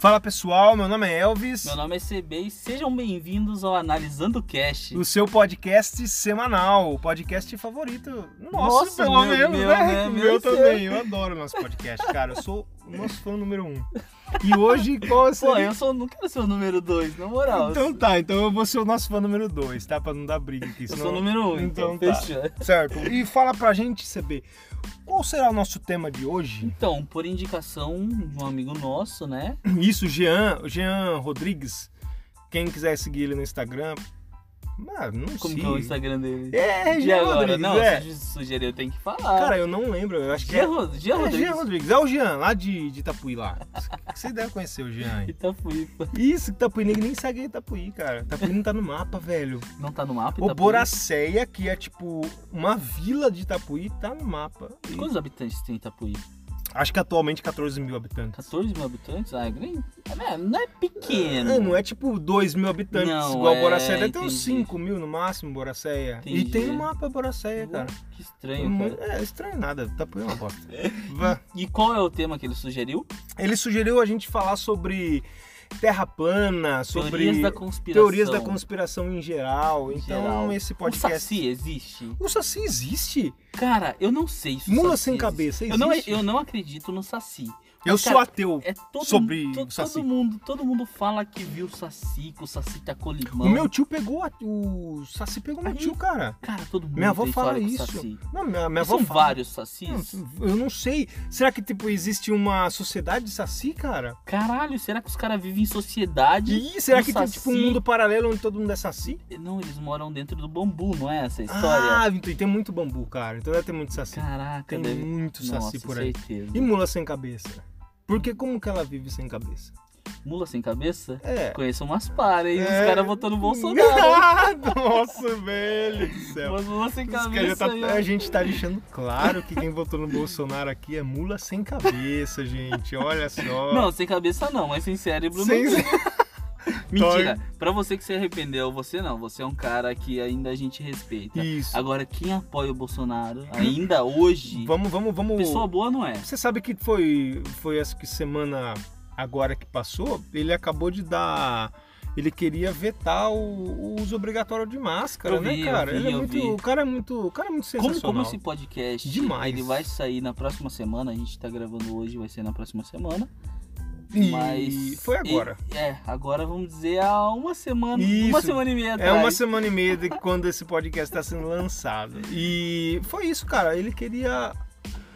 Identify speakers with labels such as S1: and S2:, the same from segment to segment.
S1: Fala pessoal, meu nome é Elvis,
S2: Meu nome é CB e sejam bem-vindos ao Analisando Cash.
S1: o seu podcast semanal, o podcast favorito. Nosso,
S2: Nossa,
S1: pelo
S2: meu,
S1: menos,
S2: meu,
S1: né?
S2: né?
S1: Meu,
S2: Meu e seu.
S1: também, eu adoro o nosso podcast, cara. Eu sou o nosso fã número um. E hoje, qual
S2: Pô,
S1: seria...
S2: eu sou, não quero ser o número 2, na moral.
S1: Então
S2: eu
S1: tá, então eu vou ser o nosso fã número dois, tá? Pra não dar briga aqui.
S2: sou- eu
S1: senão-
S2: sou o número 1, um, então,
S1: Então tá.
S2: fechou.
S1: Certo. E fala pra gente, CB, qual será o nosso tema de hoje?
S2: Então, por indicação de um amigo nosso, né?
S1: Isso, Jean, Jean Rodrigues. Quem quiser seguir ele no Instagram... Ah, não
S2: Como
S1: sei.
S2: que é o Instagram dele?
S1: É,
S2: E
S1: Jean
S2: agora?
S1: Rodrigues,
S2: não,
S1: é.
S2: se sugeriu, eu tenho que falar.
S1: Cara, eu não lembro, eu acho que é...
S2: Jean, Rod- Jean
S1: É
S2: Rodrigues.
S1: Jean Rodrigues, é o Jean, lá de, de Itapuí lá. Você deve conhecer o Jean aí.
S2: Itapuí.
S1: Isso, Itapuí, ninguém nem segue Itapuí, cara. Itapuí não tá no mapa, velho.
S2: Não tá no mapa?
S1: O
S2: Itapuí?
S1: Boracéia, que é tipo uma vila de Itapuí, tá no mapa. E
S2: Quantos habitantes tem Itapuí?
S1: acho que atualmente 14 mil habitantes.
S2: 14 mil habitantes? Ah, é grande. É, não é pequeno.
S1: É, não é tipo 2 mil habitantes,
S2: Não,
S1: igual
S2: é,
S1: Boracéia. Deve ter uns
S2: entendi.
S1: 5 mil no máximo, Boracéia. E
S2: Entendi.
S1: tem no mapa Boracéia, cara.
S2: Que estranho, cara.
S1: É, estranho nada. Itapuí é uma bosta. Vá.
S2: E qual é o tema que ele sugeriu?
S1: Ele sugeriu a gente falar sobre terra plana, sobre
S2: Teorias da conspiração.
S1: teorias da conspiração em geral.
S2: Em
S1: então
S2: geral.
S1: esse
S2: O
S1: podcast.
S2: Saci existe?
S1: O Saci existe?
S2: Cara, eu não sei se o
S1: Mula
S2: Saci
S1: sem
S2: existe.
S1: cabeça,
S2: Eu não,
S1: existe?
S2: eu não acredito no Saci.
S1: Eu
S2: Mas,
S1: sou
S2: cara,
S1: ateu.
S2: É todo,
S1: Sobre
S2: to-
S1: o Saci.
S2: todo mundo, todo mundo fala que viu o Saci, que o Saci tacou limão.
S1: O meu tio pegou. a- O Saci pegou meu
S2: Aí-
S1: tio, cara.
S2: Cara, todo mundo
S1: Minha avó
S2: tem
S1: fala
S2: história com o
S1: isso.
S2: Saci.
S1: Não, minha, minha
S2: São
S1: avó. fala-
S2: vários Sacis?
S1: Eu não sei. Será que, tipo, existe uma sociedade de Saci, cara?
S2: Caralho, será que os caras vivem em sociedade?
S1: E será
S2: do
S1: que tem, tipo, um
S2: Saci.
S1: mundo paralelo onde todo mundo é Saci?
S2: Não, eles moram dentro do bambu, não é essa a história?
S1: Ah, então, e tem muito bambu, cara. Então deve ter muito Saci.
S2: Caraca,
S1: tem
S2: deve...
S1: muito Saci
S2: Nossa, é
S1: por aí.
S2: certeza.
S1: E mula sem cabeça? Porque como que ela vive sem cabeça?
S2: Mula sem cabeça?
S1: É.
S2: Conheço umas paras, hein?
S1: É.
S2: Os caras votou no Bolsonaro.
S1: Nossa, velho do céu.
S2: Mas mula sem
S1: Os caras já
S2: cabeça.
S1: tá-
S2: aí, ó.
S1: a gente tá deixando claro que quem votou no Bolsonaro aqui é mula sem cabeça, gente. Olha só.
S2: Não, sem cabeça não, mas sem cérebro
S1: Sem-
S2: não. Mentira. Pra você que se arrependeu, você não. Você é um cara que ainda a gente respeita.
S1: Isso.
S2: Agora, quem apoia o Bolsonaro ainda hoje,
S1: Vamos, vamos, vamos.
S2: pessoa boa não é.
S1: Você sabe que foi, foi essa que semana agora que passou? Ele acabou de dar. Ele queria vetar o, o uso obrigatório de máscara,
S2: Eu vi,
S1: né,
S2: eu
S1: cara?
S2: vi,
S1: Ele é
S2: eu
S1: muito,
S2: vi.
S1: o cara é muito, o cara é muito
S2: Como,
S1: sensacional.
S2: como esse podcast
S1: Demais.
S2: ele vai sair na próxima semana, a gente tá gravando hoje, vai ser na próxima semana.
S1: E
S2: Mas.
S1: foi agora.
S2: e- é, agora vamos dizer há uma semana. Uma
S1: Isso.
S2: semana e meia
S1: É uma
S2: atrás.
S1: semana e meia de quando esse podcast está sendo lançado. E foi isso, cara. Ele queria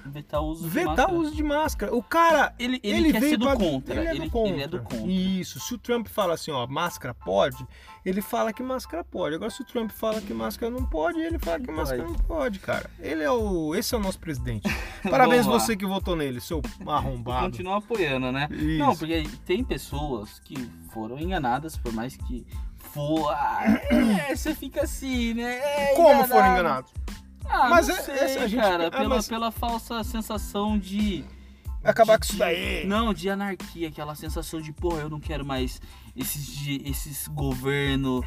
S2: Vetar o uso de
S1: vetar
S2: máscara.
S1: o uso de máscara. O cara.
S2: Ele, ele,
S1: Ele,
S2: quer
S1: veio
S2: ser do
S1: pra-
S2: contra.
S1: Ele é, do contra.
S2: Ele é do contra.
S1: Isso. Se o Trump fala assim, ó, máscara pode, ele fala que máscara pode. Agora, se o Trump fala que máscara não pode, ele fala que
S2: Não
S1: máscara
S2: pode.
S1: não pode, cara. Ele é o. Esse é o nosso presidente. Parabéns
S2: Vamos lá.
S1: você que votou nele, seu arrombado.
S2: Continua apoiando, né?
S1: Isso.
S2: Não, porque tem pessoas que foram enganadas, por mais que for. Ah, é, você fica assim, né? É,
S1: Como foram
S2: enganado.
S1: enganados?
S2: Ah,
S1: Mas
S2: mas não
S1: é-
S2: sei,
S1: essa a gente-
S2: cara,
S1: ah,
S2: pela,
S1: mas-
S2: pela falsa sensação de.
S1: Acabar
S2: de-
S1: com isso
S2: de-
S1: daí.
S2: Não, de anarquia, aquela sensação de, porra, eu não quero mais esses, de- esses governo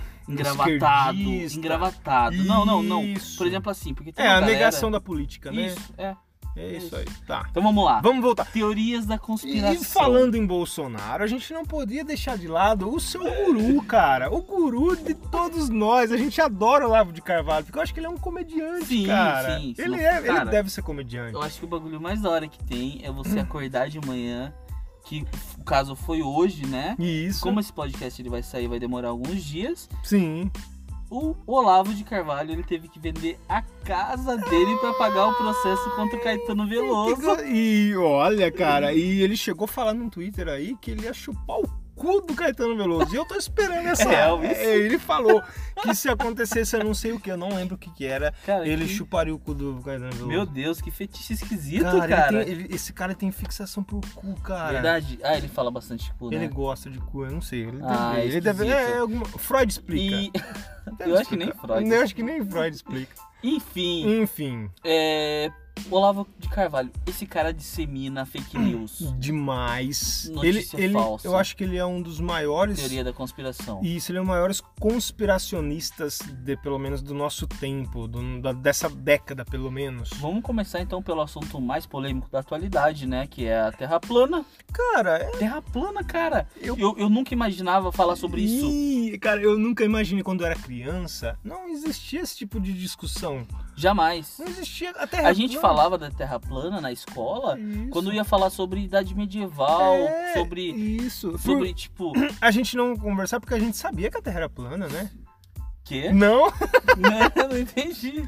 S2: engravatado.
S1: Esquerdista.
S2: Engravatado. Não, não, não.
S1: Isso.
S2: Por exemplo, assim, porque tem
S1: É,
S2: uma
S1: a
S2: galera-
S1: negação da política, né?
S2: Isso, é.
S1: É isso aí. Tá.
S2: Então vamos lá.
S1: Vamos voltar.
S2: Teorias da conspiração.
S1: E falando em Bolsonaro, a gente não podia deixar de lado o seu guru, cara. O guru de todos nós. A gente adora o Lavo de Carvalho, porque eu acho que ele é um comediante,
S2: Sim,
S1: cara.
S2: sim, se
S1: ele,
S2: não-
S1: é, ele
S2: cara,
S1: deve ser comediante.
S2: Eu acho que o bagulho mais da hora que tem é
S1: Hum.
S2: você acordar de manhã, que o caso foi hoje, né?
S1: E isso,
S2: Como é esse podcast ele vai sair, vai demorar alguns dias.
S1: sim.
S2: O Olavo de Carvalho ele teve que vender a casa dele pra pagar o processo contra o Caetano Veloso.
S1: E olha, cara, e ele chegou a falar no Twitter aí que ele ia chupar o cu do Caetano Veloso. E eu tô esperando essa.
S2: É, Elvis.
S1: É, ele falou que se acontecesse eu não sei o que, eu não lembro o que, que era,
S2: Cara,
S1: ele
S2: que-
S1: chuparia o cu do Caetano Veloso.
S2: Meu Deus, que fetiche esquisito,
S1: Cara,
S2: cara.
S1: ele tem- ele- esse cara tem fixação pro cu, cara.
S2: Verdade. Ah, ele fala bastante cu, né?
S1: Ele é gosta de cu, eu não sei. Ele
S2: Ah,
S1: deve. Ele deve
S2: esquisito.
S1: é, alguma- Freud explica.
S2: E,
S1: Deve
S2: eu acho que nem
S1: explicar.
S2: Freud.
S1: Eu acho que nem Freud explica.
S2: enfim,
S1: Enfim.
S2: é, Olavo de Carvalho, esse cara dissemina fake news,
S1: Demais.
S2: Notícia
S1: ele, ele,
S2: falsa.
S1: eu acho que ele é um dos maiores.
S2: teoria da conspiração.
S1: Isso, ele é um dos maiores conspiracionistas, de, pelo menos do nosso tempo, do- da- dessa década, pelo menos.
S2: Vamos começar então pelo assunto mais polêmico da atualidade, né? Que é a Terra plana.
S1: Cara, é-
S2: Terra plana, cara.
S1: Eu-
S2: Eu, eu, nunca imaginava falar sobre isso.
S1: Ih, cara, eu nunca imaginei quando eu era criança. Não existia esse tipo de discussão.
S2: Jamais.
S1: Não existia. Até
S2: A gente falava da Terra plana na escola quando ia falar sobre idade medieval,
S1: É,
S2: sobre
S1: Isso.
S2: sobre tipo
S1: A gente não conversava porque a gente sabia que a Terra era plana, né?
S2: quê? Né?
S1: Não.
S2: Não, não entendi.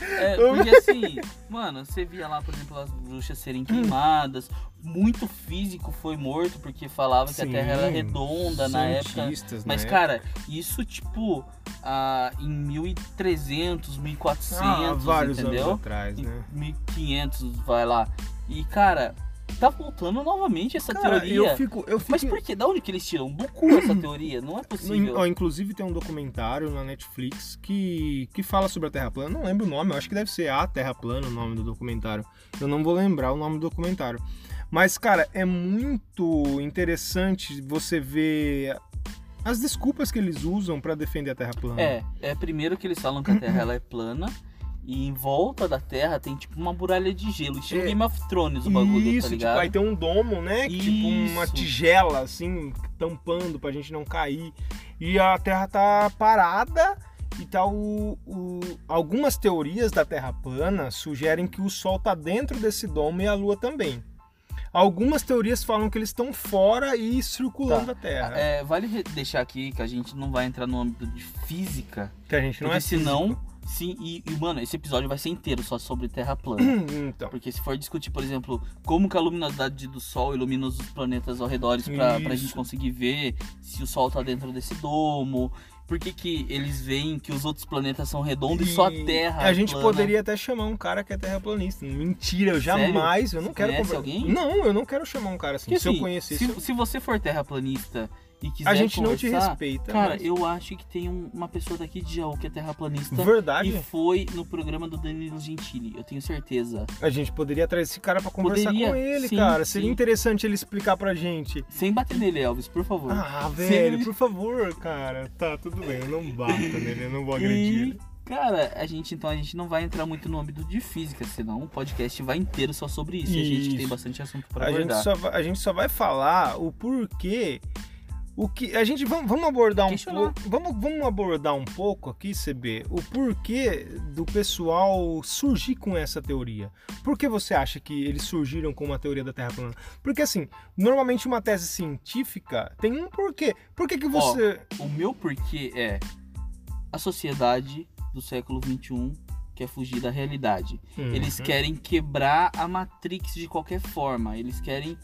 S2: É, porque assim, mano, você via lá, por exemplo, as bruxas
S1: Hum.
S2: serem queimadas, muito físico foi morto porque falava que a Terra era
S1: Sim,
S2: redonda na época.
S1: cientistas né? na
S2: Mas,
S1: época.
S2: cara, isso, tipo, ah, em 1300, 1400,
S1: Ah, vários
S2: entendeu?
S1: anos atrás, né?
S2: 1500, vai lá. E, cara, tá voltando novamente essa
S1: Cara,
S2: teoria.
S1: eu fico. Eu fico...
S2: Mas por que? Da onde que eles tiram? Do cu essa teoria? Não é
S1: In-
S2: possível.
S1: ó, inclusive tem um documentário na Netflix que, que fala sobre a Terra plana. Não lembro o nome, eu acho que deve ser A Terra plana o nome do documentário. Eu não vou lembrar o nome do documentário. Mas, cara, é muito interessante você ver as desculpas que eles usam pra defender a Terra plana.
S2: É, é primeiro que eles falam que a Terra ela é plana. E em volta da Terra tem tipo uma muralha de gelo, estilo
S1: É.
S2: Game of Thrones o bagulho,
S1: Isso,
S2: tá
S1: tipo,
S2: ligado?
S1: aí tem um domo, né? que Tipo uma
S2: Isso.
S1: tigela, assim, tampando pra gente não cair. E a Terra tá parada e tá o, o- Algumas teorias da Terra plana sugerem que o Sol tá dentro desse domo e a Lua também. Algumas teorias falam que eles estão fora e circulando a Terra.
S2: É, vale re- deixar aqui que a gente não vai entrar no âmbito de física,
S1: Que a gente não
S2: porque
S1: é
S2: senão. Sim, e, e, mano, esse episódio vai ser inteiro só sobre Terra plana.
S1: físico. Então.
S2: Porque se for discutir, por exemplo, como que a luminosidade do Sol ilumina os planetas ao redor pra, pra gente
S1: Isso.
S2: conseguir ver se o Sol tá dentro desse domo, por que, que eles veem que os outros planetas são redondos e, só a Terra.
S1: A
S2: é
S1: gente
S2: plana?
S1: poderia até chamar um cara que é terraplanista. Mentira, eu
S2: Sério?
S1: jamais, eu não
S2: Você
S1: quero
S2: conhece
S1: conver-
S2: alguém?
S1: Não, eu não quero chamar um cara assim.
S2: Porque,
S1: se eu
S2: assim,
S1: conhecesse,
S2: se,
S1: eu-
S2: se você for terraplanista e quiser
S1: a gente não te
S2: conversar,
S1: respeita.
S2: Cara,
S1: mas-
S2: eu acho que tem um- uma pessoa daqui de Jaú que é terraplanista
S1: Verdade.
S2: e foi no programa do Danilo Gentili, eu tenho certeza.
S1: A gente poderia trazer esse cara pra conversar
S2: Poderia,
S1: com ele,
S2: sim,
S1: cara. Seria
S2: sim.
S1: interessante ele explicar pra gente.
S2: Sem bater nele, Elvis, por favor.
S1: Ah,
S2: Sim.
S1: velho, por favor, cara. Tá, tudo bem. Eu não bato nele, eu não vou agredir.
S2: E, cara, a gente então a gente não vai entrar muito no âmbito de física, senão o podcast vai inteiro só sobre isso. E a gente
S1: Isso.
S2: tem bastante assunto pra
S1: A gente,
S2: abordar.
S1: só vai, a gente só vai falar o porquê. O que a gente vamos, vamos abordar um
S2: Questionar.
S1: pouco, vamos, vamos abordar um pouco aqui, CB, o porquê do pessoal surgir com essa teoria. Por que você acha que eles surgiram com uma teoria da Terra plana? Porque assim, normalmente uma tese científica tem um porquê. Por que que você
S2: O meu porquê é a sociedade do século XXI quer é fugir da realidade.
S1: Uhum.
S2: Eles querem quebrar a Matrix de qualquer forma. Eles querem.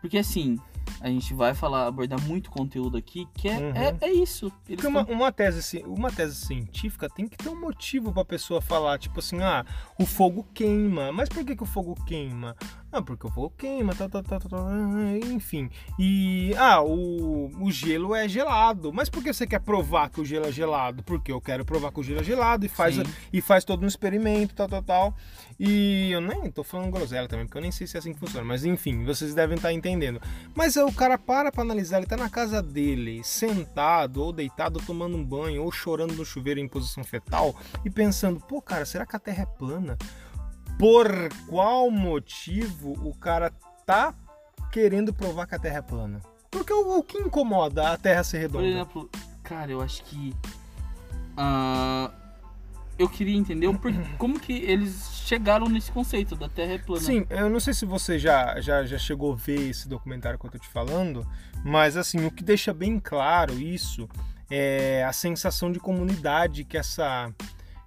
S2: Porque assim, a gente vai falar, abordar muito conteúdo aqui, que é,
S1: Uhum.
S2: é, é isso. Eles
S1: Porque uma,
S2: tão-
S1: uma tese, ci- uma tese científica tem que ter um motivo pra pessoa falar, tipo assim, ah, o fogo queima. Mas por que, que o fogo queima? Ah, porque o fogo queima, tá, tá, tá, tá, tá, enfim. E, ah, o, o gelo é gelado. Mas por que você quer provar que o gelo é gelado? Porque eu quero provar que o gelo é gelado e faz,
S2: Sim.
S1: e faz todo um experimento, tal, tal, tal. E eu nem tô falando groselha também, porque eu nem sei se é assim que funciona, mas enfim, vocês devem estar entendendo. Mas aí o cara para pra analisar, ele tá na casa dele, sentado ou deitado, tomando um banho, ou chorando no chuveiro em posição fetal, e pensando, pô, cara, será que a Terra é plana? Por qual motivo o cara tá querendo provar que a Terra é plana? Porque o, o que incomoda a Terra ser
S2: Por
S1: redonda?
S2: exemplo, cara, eu acho que. ah, eu queria entender o por- como que eles chegaram nesse conceito da Terra é plana.
S1: Sim, eu não sei se você já, já, já chegou a ver esse documentário que eu tô te falando, mas assim, o que deixa bem claro isso é a sensação de comunidade que essa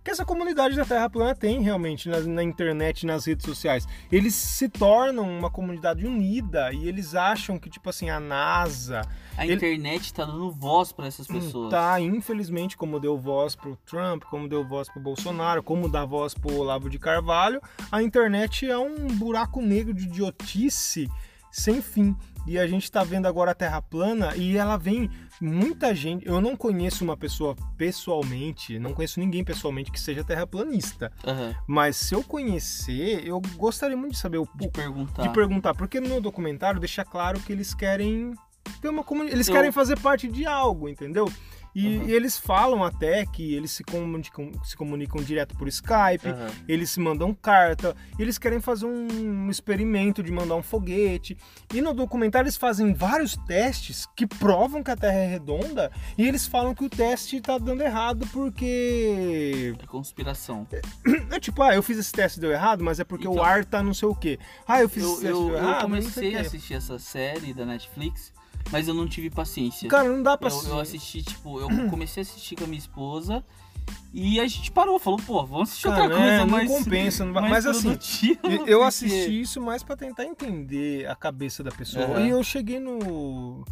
S1: que essa comunidade da Terra plana tem realmente na, na internet, nas redes sociais. Eles se tornam uma comunidade unida e eles acham que tipo assim, a NASA
S2: A
S1: ele-
S2: internet tá dando voz pra essas pessoas.
S1: tá, infelizmente, como deu voz pro Trump, como deu voz pro Bolsonaro, como dá voz pro Olavo de Carvalho, a internet é um buraco negro de idiotice sem fim. E a gente tá vendo agora a Terra plana e ela vem muita gente. Eu não conheço uma pessoa pessoalmente, não conheço ninguém pessoalmente que seja terraplanista.
S2: Aham.
S1: Mas se eu conhecer, eu gostaria muito de saber o
S2: De perguntar.
S1: de perguntar, porque no documentário deixa claro que eles querem ter uma comunidade, eles
S2: Eu-
S1: querem fazer parte de algo, entendeu? E,
S2: Uhum.
S1: e eles falam até que eles se comunicam, se comunicam direto por Skype,
S2: Aham.
S1: eles se mandam carta, eles querem fazer um experimento de mandar um foguete. E no documentário eles fazem vários testes que provam que a Terra é redonda e eles falam que o teste tá dando errado porque
S2: É conspiração.
S1: é tipo, ah, eu fiz esse teste e deu errado, mas é porque o
S2: Então.
S1: ar tá não sei o quê. Ah, eu fiz
S2: Eu,
S1: esse teste e
S2: eu-
S1: deu
S2: eu
S1: errado. não sei o
S2: comecei
S1: quê.
S2: a assistir essa série da Netflix, mas eu não tive paciência.
S1: Cara, não dá pra
S2: Eu, eu
S1: assistir.
S2: assisti, tipo, eu comecei a assistir com a minha esposa e a gente parou, falou, pô, vamos assistir
S1: Cara,
S2: outra coisa,
S1: é, não
S2: mas.
S1: compensa, não vai- mas assim,
S2: produtiva,
S1: Eu-
S2: porque-
S1: Eu assisti isso mais pra tentar entender a cabeça da pessoa.
S2: Aham.
S1: E eu cheguei no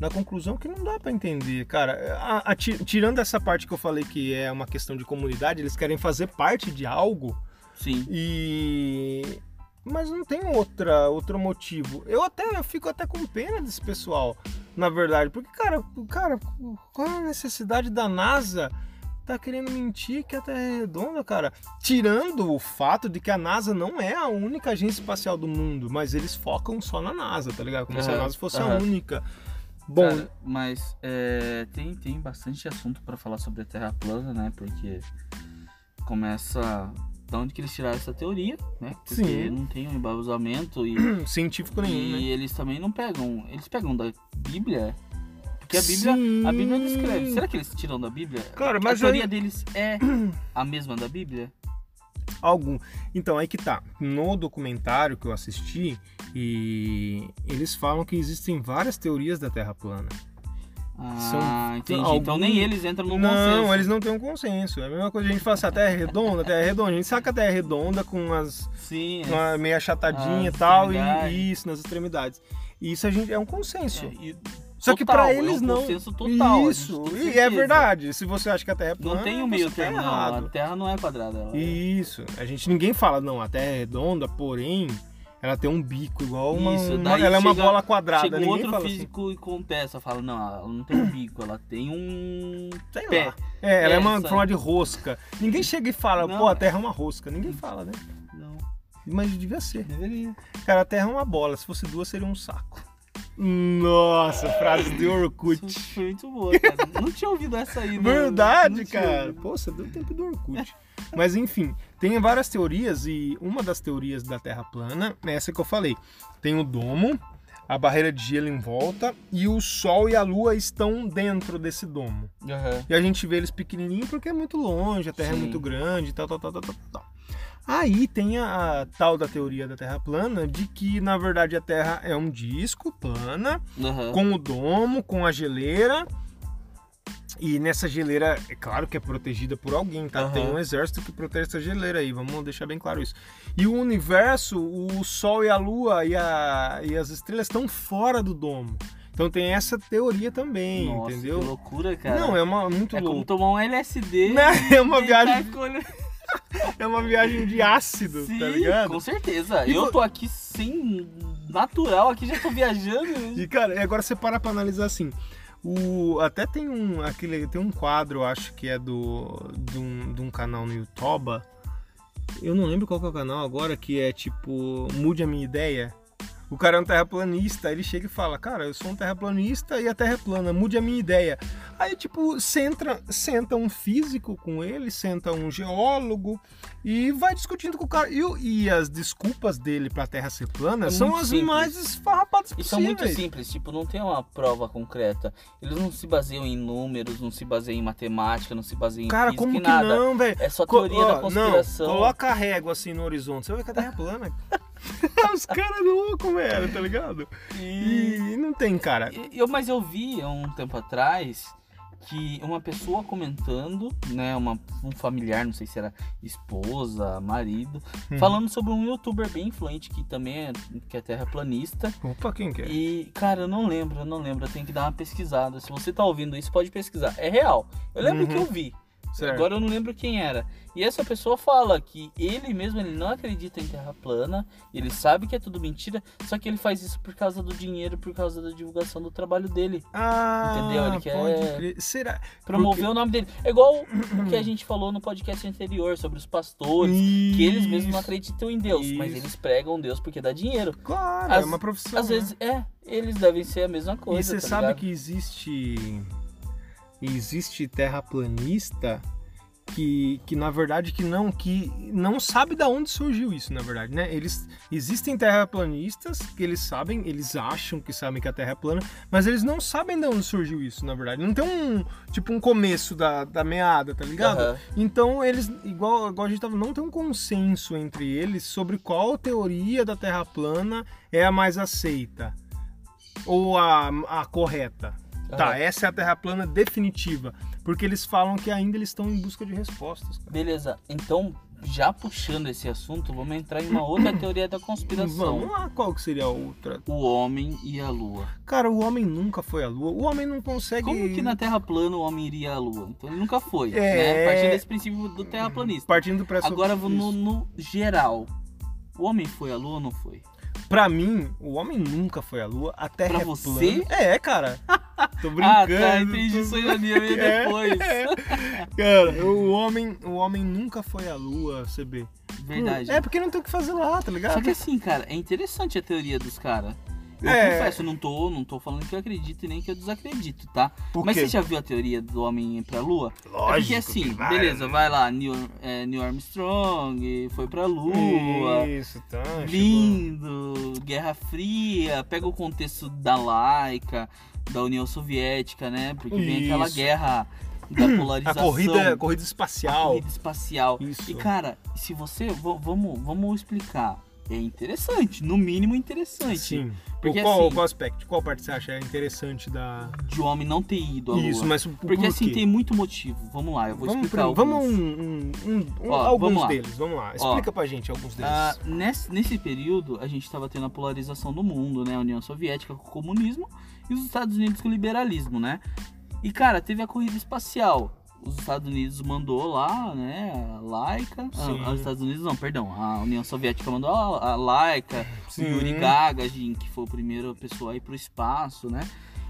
S1: na conclusão que não dá pra entender, cara. A- a ti- tirando essa parte que eu falei que é uma questão de comunidade, eles querem fazer parte de algo
S2: Sim.
S1: e mas não tem outra outro motivo. Eu até eu fico até com pena desse pessoal, na verdade, porque cara, cara, qual é a necessidade da NASA tá querendo mentir que a Terra é redonda, cara? Tirando o fato de que a NASA não é a única agência espacial do mundo, mas eles focam só na NASA, tá ligado? Como se a
S2: Aham,
S1: NASA fosse a
S2: aham.
S1: única. Bom,
S2: Cara, mas é, tem, tem bastante assunto pra falar sobre a Terra plana, né? Porque começa da onde que eles tiraram essa teoria, né? Porque
S1: Sim.
S2: não tem um embasamento e,
S1: científico nenhum,
S2: e
S1: né?
S2: eles também não pegam. Eles pegam da Bíblia, porque a Bíblia, a Bíblia
S1: Sim.
S2: descreve. Será que eles tiram da Bíblia?
S1: Cara, mas
S2: a teoria
S1: aí-
S2: deles é a mesma da Bíblia?
S1: algum. Então, aí que tá. No documentário que eu assisti, e eles falam que existem várias teorias da Terra plana.
S2: Ah,
S1: São-
S2: entendi.
S1: algum-
S2: Então nem eles entram no
S1: não,
S2: consenso.
S1: eles não têm um consenso. É a mesma coisa que a gente fala assim, a Terra é redonda, a Terra é redonda. A gente saca a Terra é redonda com as
S2: Sim, é
S1: com a meia achatadinha e
S2: As
S1: tal,
S2: extremidades.
S1: e isso nas extremidades. E isso a gente é um consenso.
S2: é, e
S1: Só que
S2: total,
S1: pra
S2: é um
S1: eles não.
S2: consenso total, a gente
S1: isso,
S2: tem
S1: e é
S2: certeza.
S1: verdade. Se você acha que a Terra é
S2: Não
S1: plana,
S2: tem
S1: você
S2: um meio
S1: tá
S2: termo, não.
S1: errado.
S2: A Terra não é quadrada. Ela
S1: Isso. A gente ninguém fala, não, a Terra é redonda, porém ela tem um bico igual uma,
S2: Isso,
S1: uma-
S2: daí
S1: ela é uma
S2: chega-
S1: bola quadrada,
S2: Chega um
S1: ninguém
S2: outro
S1: fala assim.
S2: físico e contesta, fala, não, ela não tem um bico, ela tem um
S1: assim. Sei
S2: pé.
S1: lá. É, ela é, uma
S2: Essa.
S1: forma de rosca. Ninguém chega e fala,
S2: Não,
S1: pô, a
S2: é.
S1: Terra é uma rosca. Ninguém fala, né?
S2: Não,
S1: Mas devia ser.
S2: deveria.
S1: Cara, a Terra é uma bola, se fosse duas seria um saco. Nossa, frase de Orkut.
S2: Isso foi muito boa, cara. Não tinha ouvido essa aí, né?
S1: Verdade,
S2: Não tinha
S1: cara.
S2: ouvido.
S1: Poxa, deu tempo do Orkut. Mas enfim, tem várias teorias e uma das teorias da Terra plana é essa que eu falei. Tem o domo, a barreira de gelo em volta e o Sol e a Lua estão dentro desse domo.
S2: Aham.
S1: E a gente vê eles pequenininho porque é muito longe, a Terra é
S2: Sim.
S1: muito grande, tal, tal, tal, tal, tal, tal. Aí tem a, a tal da teoria da Terra plana de que na verdade a Terra é um disco plana
S2: Aham.
S1: com o domo, com a geleira. E nessa geleira, é claro que é protegida por alguém, tá?
S2: Aham.
S1: Tem um exército que protege essa geleira aí, vamos deixar bem claro isso. E o universo, o Sol e a Lua e, a- e as estrelas estão fora do domo. Então tem essa teoria também,
S2: Nossa, que
S1: entendeu?
S2: loucura, cara.
S1: Não, é uma muito
S2: É como
S1: louco.
S2: tomar um LSD.
S1: Né? É uma
S2: e
S1: viagem,
S2: deitar com o
S1: é uma viagem de ácido,
S2: Sim,
S1: tá ligado?
S2: assim, com certeza.
S1: E
S2: eu
S1: vo-
S2: tô aqui sem natural, aqui já tô viajando.
S1: E cara, e agora você para pra analisar assim. O, até tem um aquele tem um quadro, eu acho que é do de um, de um canal no YouTube. Eu não lembro qual que é o canal agora que é tipo mude a minha ideia. O cara é um terraplanista, ele chega e fala: "Cara, eu sou um terraplanista e a Terra é plana, mude a minha ideia". Aí tipo senta, senta um físico com ele, senta um geólogo e vai discutindo com o cara. E, o- e as desculpas dele pra Terra ser plana
S2: É
S1: são
S2: muito
S1: as
S2: simples.
S1: mais esfarrapadas
S2: E
S1: possíveis.
S2: são muito simples, tipo, não tem uma prova concreta. Eles não se baseiam em números, não se baseiam em matemática, não se baseiam
S1: Cara,
S2: em física,
S1: como
S2: em
S1: que
S2: nada.
S1: não, velho?
S2: É só
S1: Co-
S2: teoria
S1: ó,
S2: da conspiração.
S1: Não, coloca a régua assim no horizonte, você vai que a terra é plana. Os caras é louco, velho, tá ligado?
S2: E-
S1: E não tem, cara.
S2: e- eu, mas eu vi há um tempo atrás que uma pessoa comentando, né, uma, um familiar, não sei se era esposa, marido,
S1: Uhum.
S2: falando sobre um youtuber bem influente que também é, que é terraplanista.
S1: Opa, quem que é?
S2: E, cara, eu não lembro, eu não lembro. Eu tenho que dar uma pesquisada. Se você tá ouvindo isso, pode pesquisar. É real. Eu lembro
S1: Uhum.
S2: que eu vi.
S1: Certo.
S2: Agora eu não lembro quem era. E essa pessoa fala que ele mesmo ele não acredita em terra plana, ele sabe que é tudo mentira, só que ele faz isso por causa do dinheiro, por causa da divulgação do trabalho dele.
S1: Ah,
S2: Entendeu? Ele quer-
S1: pode crer. Será?
S2: Promover
S1: Porque-
S2: o nome dele. É igual o que a gente falou no podcast anterior sobre os pastores, que eles mesmos
S1: Isso.
S2: não acreditam em Deus, mas
S1: Isso.
S2: eles pregam Deus porque dá dinheiro.
S1: Claro,
S2: Às-
S1: é uma profissão.
S2: Às
S1: né?
S2: vezes, é, eles devem ser a mesma coisa.
S1: E você
S2: tá
S1: sabe
S2: ligado?
S1: que existe existe terraplanista que, que na verdade que não que não sabe da onde surgiu isso, na verdade, né? Eles existem terraplanistas que eles sabem, eles acham que sabem que a Terra é plana, mas eles não sabem de onde surgiu isso, na verdade. Não tem um tipo um começo da, da meada, tá ligado?
S2: Aham.
S1: Então eles, igual, igual a gente tava, não tem um consenso entre eles sobre qual teoria da Terra plana é a mais aceita ou a, a correta. Tá,
S2: Aham.
S1: essa é a Terra plana definitiva, porque eles falam que ainda eles estão em busca de respostas. Cara.
S2: Beleza, então já puxando esse assunto, vamos entrar em uma outra teoria da conspiração.
S1: Vamos lá, qual que seria a outra?
S2: O homem e a lua. É
S1: Cara, o homem nunca foi à Lua. O homem não consegue.
S2: Como que na Terra plana o homem iria à lua? Então ele nunca foi,
S1: É.
S2: né? Partindo desse princípio do terraplanista.
S1: Partindo do pressuposto.
S2: é Agora no, no geral. O homem foi à lua ou não foi?
S1: Pra mim, o homem nunca foi à Lua. A Terra
S2: Pra
S1: é
S2: você?
S1: plana. É, cara. Tô brincando.
S2: ah, tá, entendi.
S1: tô
S2: Isso ironia veio
S1: É.
S2: depois. É.
S1: Cara, o homem, o homem nunca foi à lua, CB.
S2: Verdade.
S1: É porque não tem o que fazer lá, tá ligado?
S2: Só que assim, cara, é interessante a teoria dos caras. Eu
S1: É.
S2: confesso, não tô, não tô falando que eu acredito e nem que eu desacredito, tá?
S1: Por
S2: Mas
S1: quê?
S2: você já viu a teoria do homem ir pra lua?
S1: Lógico.
S2: é porque assim,
S1: que vai,
S2: beleza,
S1: né?
S2: vai lá, Neil, é, Neil Armstrong foi pra lua,
S1: Isso, tá. chegou.
S2: lindo, Guerra Fria, pega o contexto da laica, da União Soviética, né? Porque vem aquela
S1: Isso.
S2: guerra da
S1: A
S2: polarização.
S1: corrida, a corrida
S2: a
S1: espacial.
S2: corrida espacial.
S1: Isso.
S2: E cara, se você. v- vamos, vamos explicar. É interessante, no mínimo interessante.
S1: Sim.
S2: é Porque
S1: Porque qual,
S2: assim-
S1: qual aspecto? Qual parte você acha interessante da.
S2: De o homem não ter ido à lua.
S1: Isso, mas o por
S2: Porque assim
S1: quê?
S2: tem muito motivo. Vamos lá, eu vou
S1: Vamos,
S2: explicar
S1: pra-
S2: alguns.
S1: vamos um, um- um- um-
S2: Ó,
S1: alguns
S2: vamos lá.
S1: deles, vamos lá. Explica pra gente alguns deles.
S2: Ah, nesse, nesse período, a gente estava tendo a polarização do mundo, né? A União Soviética com o comunismo e os Estados Unidos com o liberalismo, né? E, cara, teve a corrida espacial. Os Estados Unidos mandou lá, né? A Laika.
S1: Sim.
S2: Ah, os Estados Unidos, não, perdão. A União Soviética mandou a, a Laika,
S1: Sim.
S2: o Yuri Gagarin, que foi o primeiro pessoa a ir pro espaço, né?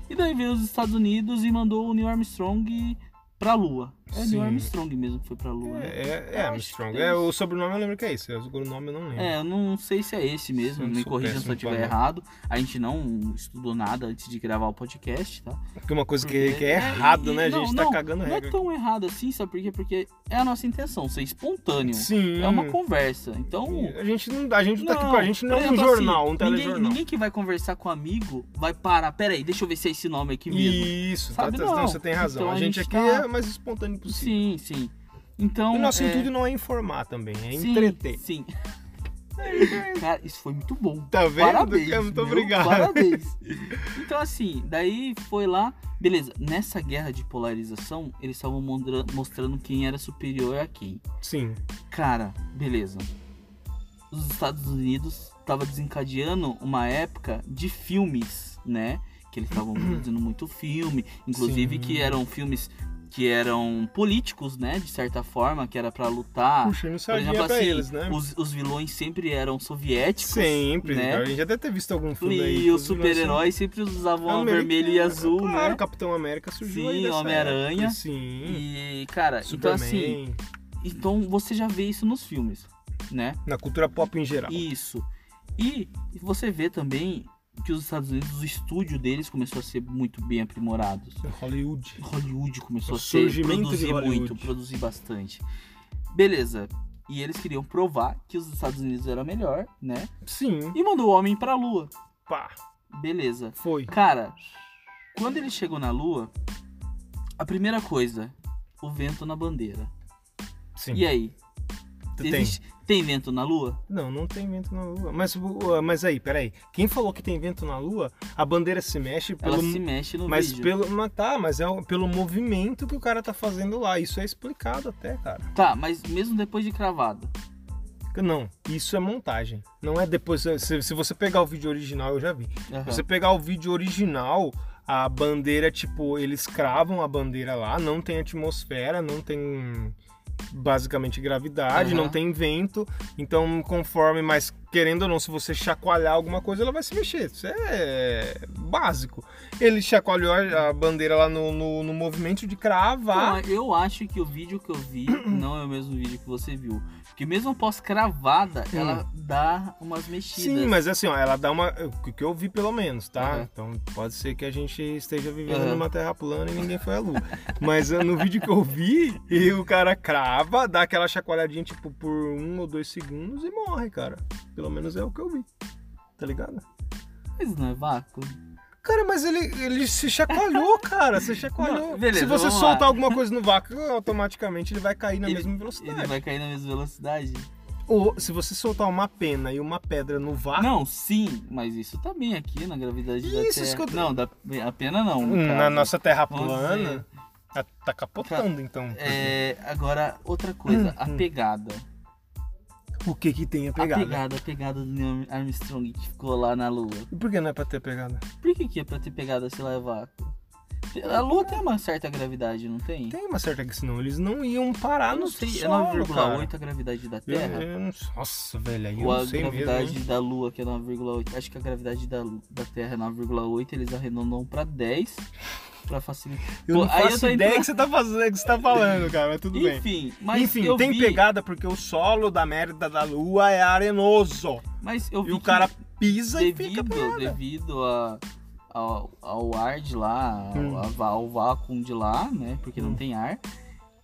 S2: E daí veio os Estados Unidos e mandou o Neil Armstrong pra Lua. É o
S1: Sim.
S2: Neil Armstrong mesmo que foi pra Lua,
S1: é,
S2: né?
S1: é, é
S2: Eu acho
S1: Armstrong.
S2: que
S1: É,
S2: tem
S1: o sobrenome eu lembro que é esse. O sobrenome eu não lembro.
S2: É, eu não sei se é esse mesmo,
S1: Eu não
S2: me
S1: sou
S2: corrijam se
S1: péssimo
S2: eu estiver
S1: pra nome.
S2: errado. A gente não estudou nada antes de gravar o podcast, tá?
S1: Porque uma coisa que,
S2: Porque-
S1: que é
S2: é,
S1: errado,
S2: e-
S1: né,
S2: não,
S1: gente?
S2: não,
S1: tá cagando
S2: Não é
S1: regra.
S2: tão errado assim, sabe por quê? Porque é a nossa intenção, ser espontâneo.
S1: Sim.
S2: É uma conversa. Então.
S1: A gente não, a gente não tá aqui
S2: não,
S1: pra gente, não
S2: por
S1: é um
S2: exemplo,
S1: jornal,
S2: assim,
S1: um
S2: ninguém,
S1: telejornal.
S2: ninguém que vai conversar com um amigo vai parar. Pera aí, deixa eu ver se é esse nome aqui mesmo.
S1: Isso,
S2: Sabe,
S1: tá- tá-
S2: não.
S1: você tem razão.
S2: Então,
S1: a
S2: a
S1: gente
S2: gente
S1: aqui
S2: tá-
S1: é o mais espontâneo possível.
S2: Sim, sim. Então.
S1: E o nosso
S2: é,
S1: intuito não é informar também, é
S2: sim,
S1: entreter. É
S2: Sim. Cara, isso foi muito bom.
S1: Tá vendo?
S2: Parabéns.
S1: Cam? Muito
S2: viu?
S1: obrigado.
S2: Parabéns. Então, assim, daí foi lá. Beleza, nessa guerra de polarização, eles estavam mondra- mostrando quem era superior a quem.
S1: Sim.
S2: Cara, beleza. Os Estados Unidos tava desencadeando uma época de filmes, né? Que eles estavam produzindo muito filme, inclusive
S1: Sim.
S2: que eram filmes que eram políticos, né? De certa forma, que era pra lutar.
S1: Puxa, não
S2: Ah, Por
S1: sardinha
S2: exemplo,
S1: pra
S2: assim,
S1: eles, né?
S2: os, os vilões sempre eram soviéticos.
S1: Sempre,
S2: né?
S1: cara, a gente já deve ter visto algum filme aí.
S2: E
S1: que
S2: os
S1: vilões são
S2: super-heróis sempre usavam
S1: americanos.
S2: vermelho e azul,
S1: um É, Claro,
S2: né?
S1: Capitão América surgiu
S2: Sim,
S1: aí dessa
S2: Homem-Aranha.
S1: época, Sim,
S2: E, cara, então
S1: Superman,
S2: assim, então você já vê isso nos filmes, né?
S1: na cultura pop em geral.
S2: Isso. E você vê também que os Estados Unidos, o estúdio deles começou a ser muito bem aprimorado.
S1: Hollywood.
S2: Hollywood começou
S1: O
S2: a ser,
S1: surgimento de
S2: produzir
S1: Hollywood.
S2: muito, produzir bastante. Beleza. E eles queriam provar que os Estados Unidos era melhor, né?
S1: Sim,
S2: E mandou o homem pra lua.
S1: pá,
S2: Beleza.
S1: foi.
S2: Cara, quando ele chegou na lua, a primeira coisa, o vento na bandeira.
S1: Sim,
S2: E aí?
S1: tu tem.
S2: Existe- tem vento na lua?
S1: Não, não tem vento na Lua. Mas, o- mas aí, peraí. Quem falou que tem vento na Lua, a bandeira se mexe pelo.
S2: Ela se mexe no
S1: mas
S2: vídeo.
S1: pelo. Mas tá, mas é o- pelo movimento que o cara tá fazendo lá. Isso é explicado até, cara.
S2: Tá, mas mesmo depois de cravado.
S1: Não, isso é montagem. Não é depois. Se, se você pegar o vídeo original, eu já vi.
S2: Aham.
S1: Se você pegar o vídeo original, a bandeira, tipo, eles cravam a bandeira lá, não tem atmosfera, não tem basicamente gravidade,
S2: Aham.
S1: não tem vento. Então, conforme, mas querendo ou não, se você chacoalhar alguma coisa, ela vai se mexer. Isso é básico. Ele chacoalhou a a bandeira lá no, no, no movimento de cravar.
S2: Não, eu acho que o vídeo que eu vi não é o mesmo vídeo que você viu. Porque mesmo após cravada,
S1: Hum.
S2: ela dá umas mexidas.
S1: Sim, mas assim, ó, ela dá uma. O que eu vi pelo menos, tá?
S2: Aham.
S1: Então pode ser que a gente esteja vivendo
S2: Aham.
S1: numa terra plana e ninguém foi à lua. mas ah, no vídeo que eu vi, e o cara crava, dá aquela chacoalhadinha, tipo, por um ou dois segundos e morre, cara. Pelo menos é o que eu vi. Tá ligado?
S2: Mas não é vácuo.
S1: Cara, mas ele, ele se chacoalhou, cara. Se chacoalhou.
S2: Não, beleza,
S1: se você
S2: vamos lá.
S1: soltar alguma coisa no vácuo, automaticamente ele vai cair na
S2: Ele-
S1: mesma velocidade.
S2: Ele vai cair na mesma velocidade?
S1: Ou se você soltar uma pena e uma pedra no vácuo.
S2: Não, sim, mas isso também aqui na gravidade da
S1: Isso,
S2: Terra.
S1: isso que eu tô- Hum,
S2: Não, da... a pena não. no
S1: Na
S2: caso.
S1: nossa terra
S2: Vamos
S1: plana, tá- tá capotando, então.
S2: É, agora, outra coisa, a
S1: Hum, hum.
S2: pegada.
S1: O que que tem a
S2: A
S1: pegada?
S2: pegada, a pegada do Neil Armstrong que ficou lá na Lua.
S1: E por que não é pra ter pegada?
S2: Por que, que é pra ter pegada se lá é vácuo? A Lua tem uma certa gravidade, não tem?
S1: Tem uma certa que senão eles não iam parar
S2: Eu não
S1: no
S2: sei, é
S1: solo, cara.
S2: 9,8 a gravidade da
S1: Eu-
S2: Terra.
S1: eu não- nossa, velho, aí eu
S2: Ou a
S1: não sei mesmo.
S2: gravidade
S1: hein?
S2: da Lua, que é 9,8. Acho que a gravidade da, da Terra é 9,8, eles arredondam pra 10 pra facilitar.
S1: Eu não
S2: Pô, aí eu
S1: faço
S2: tô
S1: ideia
S2: entrando-
S1: que você tá fazendo, que você tá falando, cara, mas tudo bem.
S2: Enfim, mas
S1: Enfim,
S2: eu
S1: tem
S2: vi,
S1: pegada porque o solo da merda da lua é arenoso.
S2: Mas eu vi
S1: E o
S2: que
S1: cara pisa e fica
S2: devido,
S1: pegada.
S2: devido a, ao, ao ar de lá, ao-
S1: Hum.
S2: a va- ao, vácuo de lá, né? Porque
S1: Hum.
S2: não tem ar.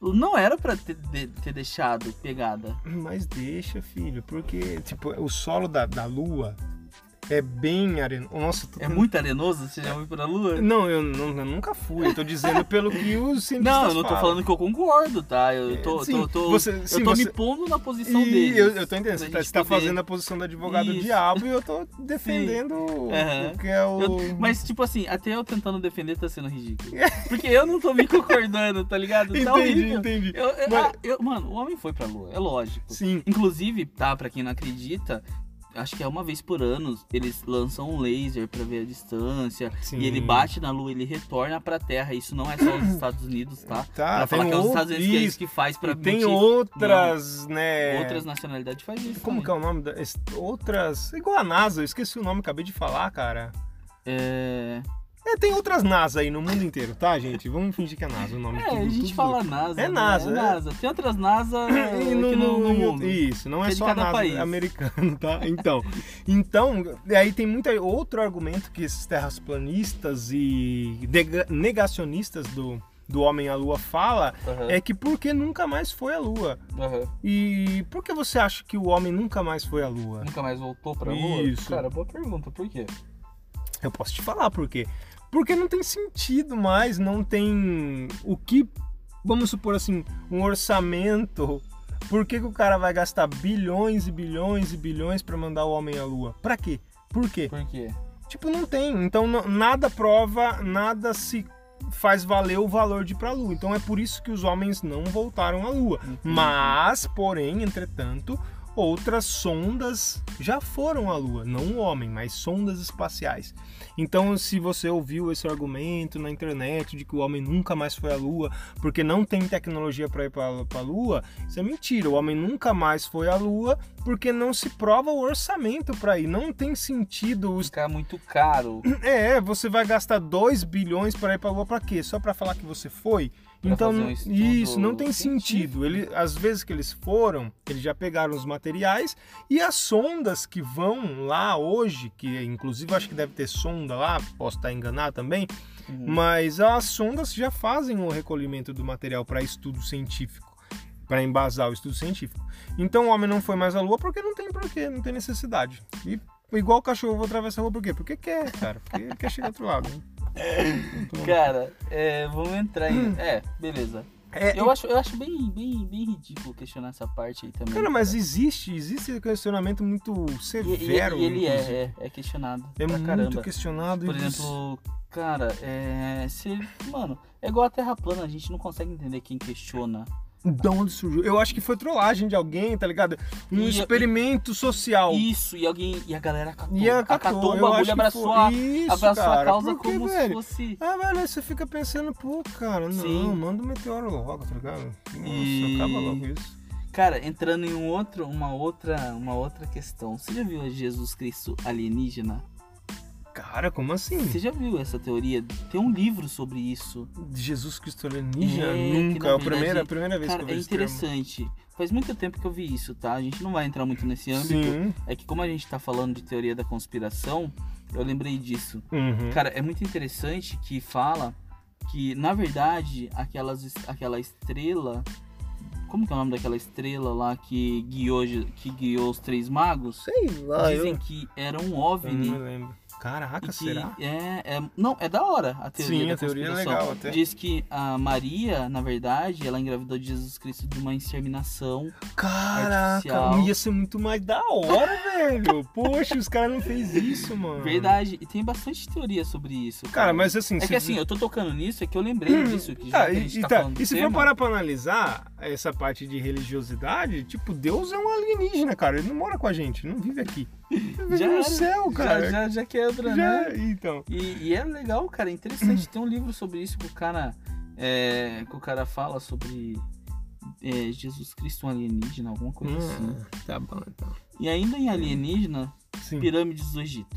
S2: Não era pra ter, de- ter deixado pegada.
S1: Mas deixa, filho, porque, tipo, o solo da, da lua é bem arenoso. Nossa, eu tô
S2: É
S1: tendo-
S2: muito arenoso? Você já foi pra Lua?
S1: Hum. Não, eu, nu- eu nunca fui. Eu tô dizendo pelo que os cientistas
S2: Não, eu não tô
S1: falam.
S2: falando que eu concordo, tá? Eu tô,
S1: É, sim,
S2: tô, tô-
S1: você-
S2: eu
S1: sim,
S2: tô
S1: você-
S2: me pondo na posição
S1: E
S2: deles.
S1: eu, eu tô entendendo,
S2: pra
S1: você tá,
S2: gente
S1: você tá
S2: poder-
S1: fazendo a posição do advogado
S2: Isso.
S1: diabo e eu tô defendendo o-
S2: Aham.
S1: o que é o...
S2: Eu- mas, tipo assim, até eu tentando defender tá sendo ridículo. Porque eu não tô me concordando, tá ligado? Tá
S1: Entendi,
S2: horrível.
S1: entendi.
S2: Eu, eu-
S1: Mas-
S2: ah, eu- mano, o homem foi pra lua, é lógico.
S1: Sim.
S2: Inclusive, tá, pra quem não acredita, acho que é uma vez por ano, eles lançam um laser pra ver a distância.
S1: sim.
S2: E ele bate na lua, ele retorna pra terra. Isso não é só os Estados Unidos, tá?
S1: Tá,
S2: pra falar
S1: tem
S2: que é os Estados Unidos que é
S1: outros-
S2: isso que faz pra
S1: E tem
S2: mentir.
S1: outras, né?
S2: Outras nacionalidades fazem isso.
S1: Como que é o nome? Da... es- Outras. Igual a NASA, eu esqueci o nome, acabei de falar, cara.
S2: É,
S1: É, tem outras NASA aí no mundo inteiro, tá, gente? Vamos fingir que é NASA o nome.
S2: é
S1: tudo-
S2: a gente
S1: tudo-
S2: fala NASA.
S1: É
S2: né?
S1: NASA,
S2: É
S1: é.
S2: NASA. Tem outras NASA
S1: E
S2: aqui É, no, no mundo.
S1: Isso, não é
S2: Tem de
S1: só a
S2: cada
S1: NASA
S2: país.
S1: americano, tá? Então, então, aí tem muito outro argumento que esses terraplanistas e nega- negacionistas do, do homem à lua fala
S2: Aham,
S1: é que porque nunca mais foi à lua.
S2: aham.
S1: E por que você acha que o homem nunca mais foi à lua?
S2: Nunca mais voltou pra lua?
S1: Isso.
S2: Cara, boa pergunta. Por quê?
S1: Eu posso te falar por quê. Porque não tem sentido mais, não tem o que, vamos supor assim, um orçamento. Por que, que o cara vai gastar bilhões e bilhões e bilhões pra mandar o homem à lua? Pra quê? Por quê?
S2: Por quê?
S1: Tipo, não tem. Então n- nada prova, nada se faz valer o valor de ir pra lua. Então é por isso que os homens não voltaram à lua. Mas, porém, entretanto, outras sondas já foram à Lua. Não o homem, mas sondas espaciais. Então, se você ouviu esse argumento na internet de que o homem nunca mais foi à Lua porque não tem tecnologia para ir para a Lua, isso é mentira. O homem nunca mais foi à Lua porque não se prova o orçamento para ir. Não tem sentido os
S2: Ficar muito caro.
S1: é, você vai gastar 2 bilhões para ir para Lua para quê? Só para falar que você foi?
S2: Pra
S1: então,
S2: fazer um
S1: não-
S2: estudo
S1: isso não tem
S2: científico.
S1: sentido. Ele, às vezes que eles foram, eles já pegaram os materiais e as sondas que vão lá hoje, que inclusive acho que deve ter sonda lá, posso estar enganado também,
S2: Uhum.
S1: mas as sondas já fazem o recolhimento do material para estudo científico, para embasar o estudo científico. Então o homem não foi mais à Lua porque não tem porquê, não tem necessidade. E igual o cachorro atravessa a rua por quê? Porque quer, cara, porque quer chegar do outro lado. né? Então,
S2: Cara, é, vamos entrar em. É, beleza.
S1: Hum. É,
S2: Eu acho, eu acho bem, bem, bem ridículo questionar essa parte aí também.
S1: cara, mas existe, existe esse questionamento muito
S2: E- e-
S1: severo.
S2: e
S1: inclusive.
S2: ele é, é, é questionado.
S1: É
S2: pra
S1: muito
S2: caramba.
S1: questionado.
S2: Por
S1: e você-
S2: exemplo, cara, é. Se, mano, é igual a Terra plana, a gente não consegue entender quem questiona
S1: De onde surgiu? Eu acho que foi trollagem de alguém, tá ligado? Um
S2: E-
S1: experimento social.
S2: Isso, e alguém. E a galera acatou,
S1: E é
S2: acatou o um
S1: eu acho
S2: bagulho,
S1: que
S2: abraçou,
S1: foi.
S2: a,
S1: Isso,
S2: abraçou a
S1: cara,
S2: causa
S1: porque,
S2: como
S1: velho,
S2: se fosse.
S1: Ah, velho, aí você fica pensando, pô, cara, não,
S2: Sim.
S1: manda um meteoro logo, tá ligado? Nossa,
S2: E-
S1: acaba logo isso.
S2: Cara, entrando em um outro, uma outra, uma outra questão. Você já viu Jesus Cristo alienígena?
S1: Cara, como assim?
S2: Você já viu essa teoria? Tem um livro sobre isso.
S1: Jesus Cristo alienígena?
S2: É, que
S1: Nunca, é
S2: na
S1: a
S2: verdade-
S1: primeira, a primeira vez que
S2: Cara,
S1: eu
S2: é
S1: vi esse termo.
S2: interessante. Faz muito tempo que eu vi isso, tá? A gente não vai entrar muito nesse âmbito.
S1: Sim.
S2: É que como a gente tá falando de teoria da conspiração, eu lembrei disso.
S1: Uhum.
S2: Cara, é muito interessante que fala que, na verdade, aquelas, es- aquela estrela. Como que é o nome daquela estrela lá que guiou, Je- que guiou os três magos?
S1: Sei lá, eu,
S2: Dizem que era um
S1: eu não me
S2: OVNI.
S1: lembro.
S2: e
S1: Caraca,
S2: que
S1: será?
S2: É, é- não, é da hora a teoria.
S1: Sim,
S2: da
S1: a teoria é
S2: conspiração.
S1: legal até.
S2: Diz que a Maria, na verdade, ela engravidou de Jesus Cristo de uma inseminação.
S1: Caraca,
S2: Artificial.
S1: ia ser muito mais da hora, velho. Poxa, os caras não fez isso, mano.
S2: Verdade. E tem bastante teoria sobre isso.
S1: Hum. Cara, mas assim...
S2: É
S1: se-
S2: que assim, eu tô tocando nisso, é que eu lembrei disso. Que já
S1: Tá,
S2: que a
S1: e,
S2: gente
S1: e
S2: tá,
S1: tá,
S2: falando
S1: e
S2: do
S1: se for
S2: tema,
S1: parar pra analisar essa parte de religiosidade, tipo, Deus é um alienígena, cara. Ele não mora com a gente, não vive aqui. Ele vive
S2: Já
S1: no
S2: era.
S1: céu, cara.
S2: Já, já, já quebra, né?
S1: Já- então.
S2: E, e é legal, cara, é interessante. Tem um livro sobre isso que o cara, é, que o cara fala sobre é, Jesus Cristo um alienígena, alguma coisa assim.
S1: tá bom, então.
S2: E ainda em alienígena,
S1: Sim.
S2: pirâmides do Egito.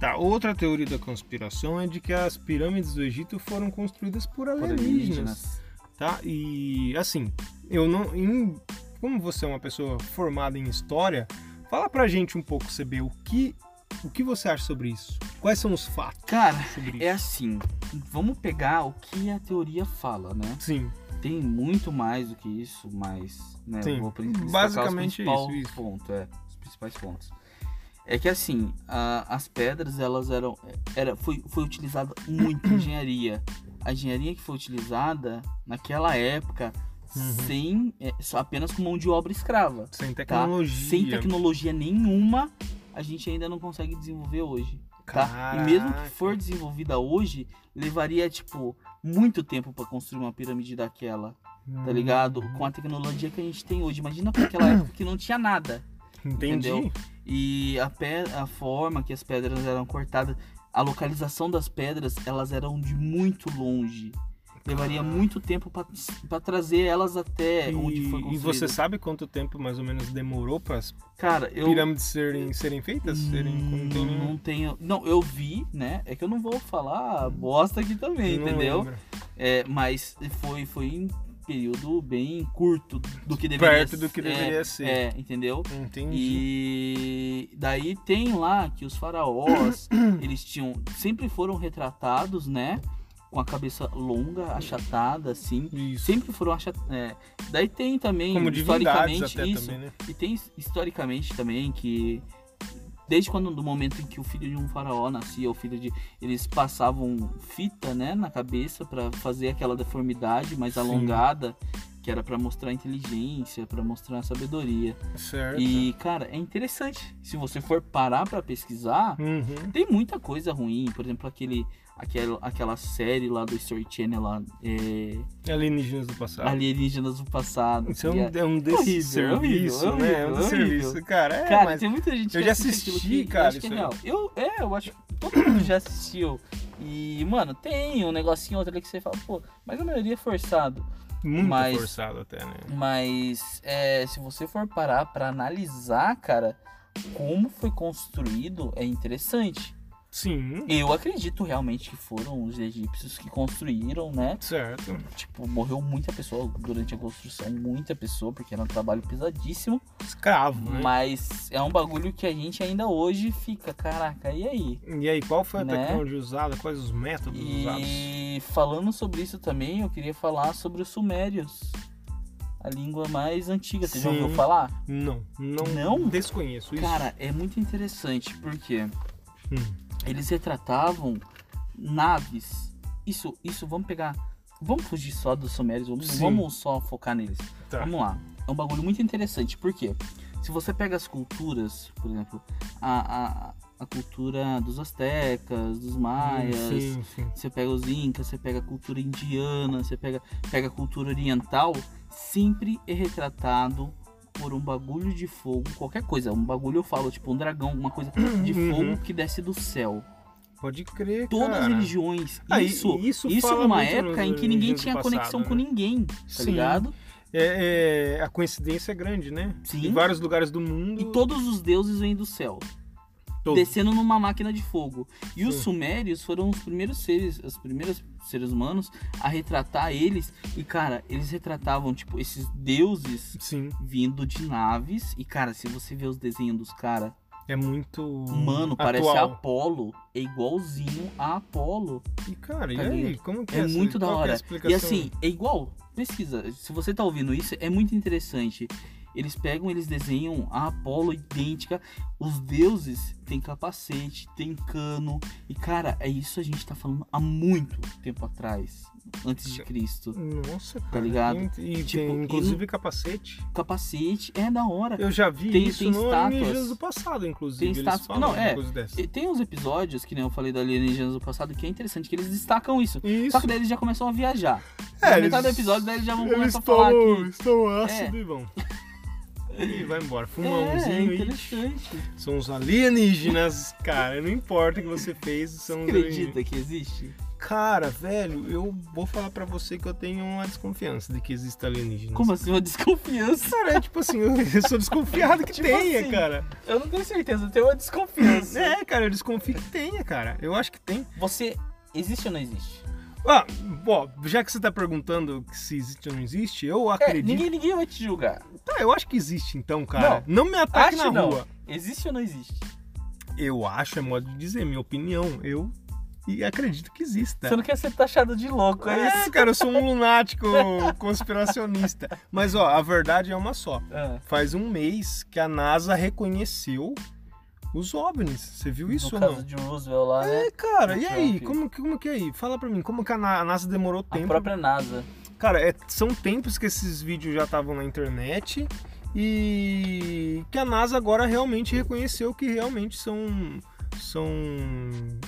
S1: Tá, outra teoria da conspiração é de que as pirâmides do Egito foram construídas por
S2: Por
S1: alienígenas,
S2: alienígenas.
S1: tá? E assim, eu não, em- como você é uma pessoa formada em história, fala pra gente um pouco, CB, o que o que você acha sobre isso? Quais são os fatos
S2: Cara,
S1: sobre isso?
S2: é assim. Vamos pegar o que a teoria fala, né?
S1: Sim,
S2: Tem muito mais do que isso, mas né,
S1: Sim,
S2: eu vou prin- destacar
S1: basicamente
S2: os principal
S1: isso, isso.
S2: ponto, é, os principais pontos. É que assim, a- as pedras elas eram era foi foi utilizada muita engenharia. A engenharia que foi utilizada naquela época
S1: Uhum.
S2: sem é, só apenas com mão de obra escrava,
S1: sem
S2: tá?
S1: tecnologia.
S2: Sem tecnologia nenhuma, a gente ainda não consegue desenvolver hoje tá? E mesmo que for desenvolvida hoje, levaria, tipo, muito tempo pra construir uma pirâmide daquela, tá ligado?
S1: Uhum.
S2: Com a tecnologia que a gente tem hoje. Imagina pra aquela época que não tinha nada.
S1: Entendi.
S2: entendeu? E a, pe a forma que as pedras eram cortadas, a localização das pedras, elas eram de muito longe. Levaria muito tempo pra pra trazer elas até É, onde foi
S1: E, e
S2: construída.
S1: você sabe quanto tempo mais ou menos demorou para as
S2: Cara, eu... hum,
S1: pirâmides serem, serem feitas? Serem, não tem nenhum-
S2: não tenho. Não, eu vi, né? É que eu não vou falar bosta aqui também,
S1: não
S2: entendeu?
S1: lembro.
S2: É, mas foi, foi em período bem curto do que deveria
S1: Perto do que
S2: é,
S1: deveria ser.
S2: É, entendeu?
S1: Entendi.
S2: E daí tem lá que os faraós, eles tinham. Sempre foram retratados, né? Com a cabeça longa, achatada, assim.
S1: Isso.
S2: Sempre foram achatados. Daí tem também,
S1: Como divindades
S2: historicamente,
S1: até
S2: isso.
S1: também, né?
S2: E tem historicamente também que desde quando do momento em que o filho de um faraó nascia, o filho de eles passavam fita, né, na cabeça pra fazer aquela deformidade mais
S1: Sim.
S2: alongada, que era pra mostrar inteligência, pra mostrar sabedoria.
S1: Certo.
S2: E cara, é interessante. Se você for parar pra pesquisar,
S1: Uhum.
S2: tem muita coisa ruim, por exemplo, aquele aquela, aquela série lá do Story Channel lá, é,
S1: Alienígenas do passado.
S2: Alienígenas do Passado.
S1: Tá. Isso é
S2: que
S1: um, é um desse
S2: Horrível,
S1: serviço,
S2: horrível,
S1: né? É um desse
S2: horrível,
S1: serviço, cara. É,
S2: Cara,
S1: mas
S2: tem muita gente
S1: eu
S2: que
S1: já
S2: assiste aquilo
S1: assisti,
S2: que
S1: cara,
S2: acha que é
S1: isso aí.
S2: real. Eu, é, eu acho que todo mundo já assistiu. E, mano, tem um negocinho outro ali que você fala, pô, mas a maioria é forçado.
S1: muito
S2: mas-
S1: forçado até, né?
S2: Mas, é, se você for parar pra analisar, cara, como foi construído, é interessante.
S1: Sim,
S2: Eu acredito realmente que foram os egípcios que construíram, né?
S1: certo.
S2: Tipo, morreu muita pessoa durante a construção, muita pessoa, porque era um trabalho pesadíssimo.
S1: Escravo, né?
S2: Mas é um bagulho que a gente ainda hoje fica, caraca, e aí?
S1: E aí, qual foi a
S2: Né?
S1: tecnologia usada? Quais os métodos usados?
S2: E falando sobre isso também, eu queria falar sobre os sumérios. A língua mais antiga, você já
S1: Sim.
S2: ouviu falar?
S1: Não, não,
S2: Não?
S1: desconheço isso.
S2: Cara, é muito interessante, porque
S1: Hum.
S2: eles retratavam naves. Isso, isso, vamos pegar. Vamos fugir só dos sumérios, vamos,
S1: Sim.
S2: vamos só focar neles.
S1: Tá.
S2: Vamos lá. É um bagulho muito interessante, porque se você pega as culturas, por exemplo, a, a- a cultura dos astecas, dos maias,
S1: Sim, sim.
S2: você pega os incas, você pega a cultura indiana, você pega, pega a cultura oriental, sempre é retratado por um bagulho de fogo, qualquer coisa, um bagulho eu falo, tipo um dragão, alguma coisa de
S1: Uhum.
S2: fogo que desce do céu.
S1: Pode crer,
S2: Todas
S1: cara.
S2: as religiões,
S1: Ah, e-
S2: isso,
S1: e isso
S2: isso
S1: fala
S2: numa
S1: muito
S2: época
S1: nos
S2: em que ninguém
S1: religiões do
S2: tinha
S1: passado,
S2: conexão com
S1: né?
S2: ninguém, tá
S1: Sim.
S2: ligado?
S1: É, é, a coincidência é grande, né?
S2: Sim.
S1: Em vários lugares do
S2: E
S1: mundo.
S2: todos os deuses vêm do céu.
S1: todo.
S2: descendo numa máquina de fogo. E os
S1: Sim.
S2: sumérios foram os primeiros seres, os primeiros seres humanos a retratar eles. E cara, eles retratavam tipo esses deuses
S1: Sim.
S2: vindo de naves. E cara, se você vê os desenhos dos cara,
S1: É muito.
S2: mano, parece a
S1: atual.
S2: Apolo, é igualzinho a Apolo.
S1: E, cara, e
S2: Tá
S1: aí?
S2: ligado?
S1: Como que
S2: É
S1: essa-
S2: muito da
S1: qual que é a
S2: hora. E
S1: explicação?
S2: assim, é igual. Pesquisa. Se você tá ouvindo isso, é muito interessante. Eles pegam, eles desenham a Apolo idêntica. Os deuses têm capacete, tem cano. E cara, é isso a gente tá falando há muito tempo atrás. Antes de Cristo.
S1: Nossa, cara.
S2: tá ligado?
S1: E, e
S2: Tipo,
S1: tem, inclusive, capacete.
S2: Capacete é da hora.
S1: Eu já vi
S2: Tem-
S1: isso
S2: tem
S1: no
S2: estátuas.
S1: Alienígenas do passado, inclusive.
S2: Tem
S1: Eles
S2: estátuas-
S1: falam
S2: não,
S1: uma
S2: é.
S1: coisa dessa.
S2: E tem uns episódios, que nem eu falei da Alienígenas do passado, que é interessante, que eles destacam isso.
S1: Isso.
S2: Só que daí eles já começam a viajar.
S1: É,
S2: Na
S1: eles-
S2: metade do episódio, daí eles já vão
S1: Eles
S2: começar a falar
S1: tomam-
S2: que.
S1: eles tomam ácido e vão. E vai embora. Fuma
S2: É, é
S1: umzinho um e
S2: interessante.
S1: São os alienígenas, cara. Não importa o que você fez, são os alienígenas.
S2: Acredita que existe?
S1: Cara, velho, eu vou falar pra você que eu tenho uma desconfiança de que existe alienígenas.
S2: Como assim uma desconfiança?
S1: Cara, é tipo assim, eu eu sou desconfiado que
S2: Tipo
S1: tenha,
S2: assim.
S1: cara.
S2: Eu não tenho certeza, eu tenho uma desconfiança.
S1: É, cara, eu desconfio que tenha, cara. Eu acho que tem.
S2: Você existe ou não existe?
S1: Ah, bom, já que você tá perguntando que se existe ou não existe, eu
S2: É,
S1: acredito.
S2: ninguém, ninguém vai te julgar.
S1: Tá, eu acho que existe então, cara. Não, me ataque na
S2: Acho não.
S1: rua.
S2: Existe ou não existe?
S1: Tá. Eu acho, é modo de dizer, minha opinião. Eu e acredito que exista.
S2: Você não quer ser taxado de louco, é,
S1: É,
S2: isso?
S1: cara, eu sou um lunático conspiracionista. Mas, ó, a verdade é uma só.
S2: Ah,
S1: Faz um mês que a NASA reconheceu os OVNIs. Você viu isso
S2: no
S1: ou
S2: caso
S1: não?
S2: de Roosevelt lá, né?
S1: É, cara,
S2: Do
S1: e aí?
S2: Trump.
S1: Como, que- como que é aí? Fala pra mim, como que a Na- a NASA demorou
S2: A
S1: tempo?
S2: própria NASA.
S1: Cara, é- são tempos que esses vídeos já estavam na internet e que a NASA agora realmente reconheceu que realmente são, são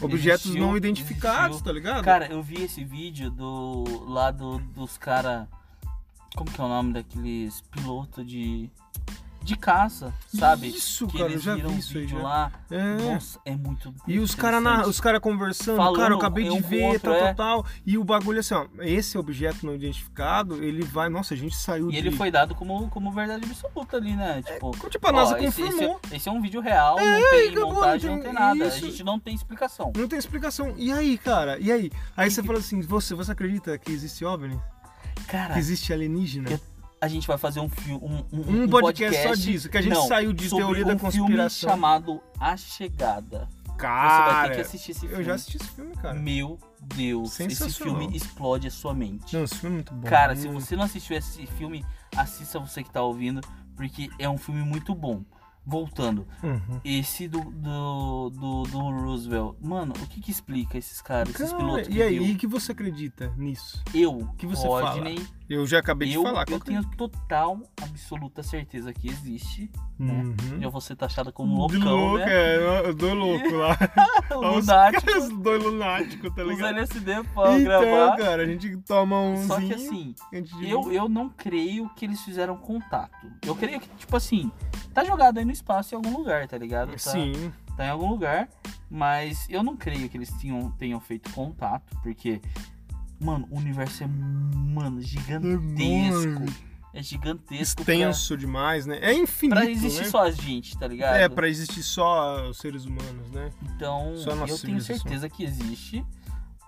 S1: objetos
S2: Existiu,
S1: não identificados,
S2: existiu.
S1: tá ligado?
S2: Cara, eu vi esse vídeo do lado dos cara. Como que é o nome daqueles piloto de. de caça, sabe?
S1: Isso,
S2: que
S1: cara, eu
S2: eles
S1: já
S2: viram
S1: vi
S2: um
S1: isso aí.
S2: vídeo
S1: já.
S2: lá.
S1: É.
S2: Nossa, é muito.
S1: E os caras
S2: interessante.
S1: os cara conversando,
S2: Falando
S1: cara, eu acabei
S2: um
S1: de
S2: com o
S1: ver,
S2: outro,
S1: tal,
S2: é.
S1: tal, tal. E o bagulho assim, ó, esse objeto não identificado, ele vai. Nossa, a gente saiu
S2: E
S1: de.
S2: ele foi dado como, como verdade absoluta ali, né? Tipo,
S1: Tipo, a NASA
S2: ó, esse, esse,
S1: confirmou.
S2: esse é um vídeo real, não tem
S1: acabou,
S2: montagem,
S1: não
S2: não
S1: tem-
S2: tem nada.
S1: isso.
S2: A gente não tem explicação.
S1: Não tem explicação. E aí, cara? E aí? Aí você
S2: que-
S1: fala assim, você, você acredita que existe OVNI?
S2: Cara,
S1: Que existe alienígena?
S2: Eu- a gente vai fazer um filme. Um, um,
S1: Um, podcast, só disso, que a gente
S2: não,
S1: saiu de
S2: sobre
S1: teoria da
S2: um
S1: conspiração.
S2: filme chamado A Chegada. Você vai ter que
S1: Cara,
S2: assistir esse filme.
S1: eu já assisti esse filme, cara.
S2: Meu Deus, esse
S1: Sensacional.
S2: filme explode a sua mente.
S1: Não, esse filme é muito bom.
S2: Cara, se
S1: Hum,
S2: você não assistiu esse filme, assista você que tá ouvindo, porque é um filme muito bom. Voltando,
S1: uhum.
S2: esse do, do, do, do Roosevelt, mano, o que que explica esses caras, esses
S1: Cara,
S2: pilotos que
S1: e aí,
S2: viu?
S1: e que você acredita nisso?
S2: Eu,
S1: que você
S2: Rodney,
S1: Eu já acabei de
S2: eu,
S1: falar.
S2: eu
S1: qual que é?
S2: tenho total, absoluta certeza que existe, né?
S1: Uhum.
S2: Eu vou ser taxado como
S1: De
S2: loucão,
S1: louco,
S2: né?
S1: é, eu dou louco lá.
S2: O
S1: Os
S2: lunático,
S1: caras do lunático, tá
S2: os
S1: ligado?
S2: LSD pra
S1: então,
S2: gravar.
S1: cara, a gente toma um umzinho
S2: Só que assim,
S1: antes de
S2: Eu, eu não creio que eles fizeram contato. Eu creio que, tipo assim, tá jogado aí no espaço em algum lugar, tá ligado? Tá,
S1: Sim,
S2: tá em algum lugar, mas eu não creio que eles tinham, tenham feito contato, porque, mano, o universo é, mano, gigantesco. É gigantesco. pra-
S1: extenso demais, né? É infinito,
S2: Pra, existir
S1: né?
S2: só a gente, tá ligado?
S1: É, pra existir só os seres humanos, né?
S2: Então,
S1: só a nossa
S2: eu tenho
S1: civilização.
S2: certeza que existe,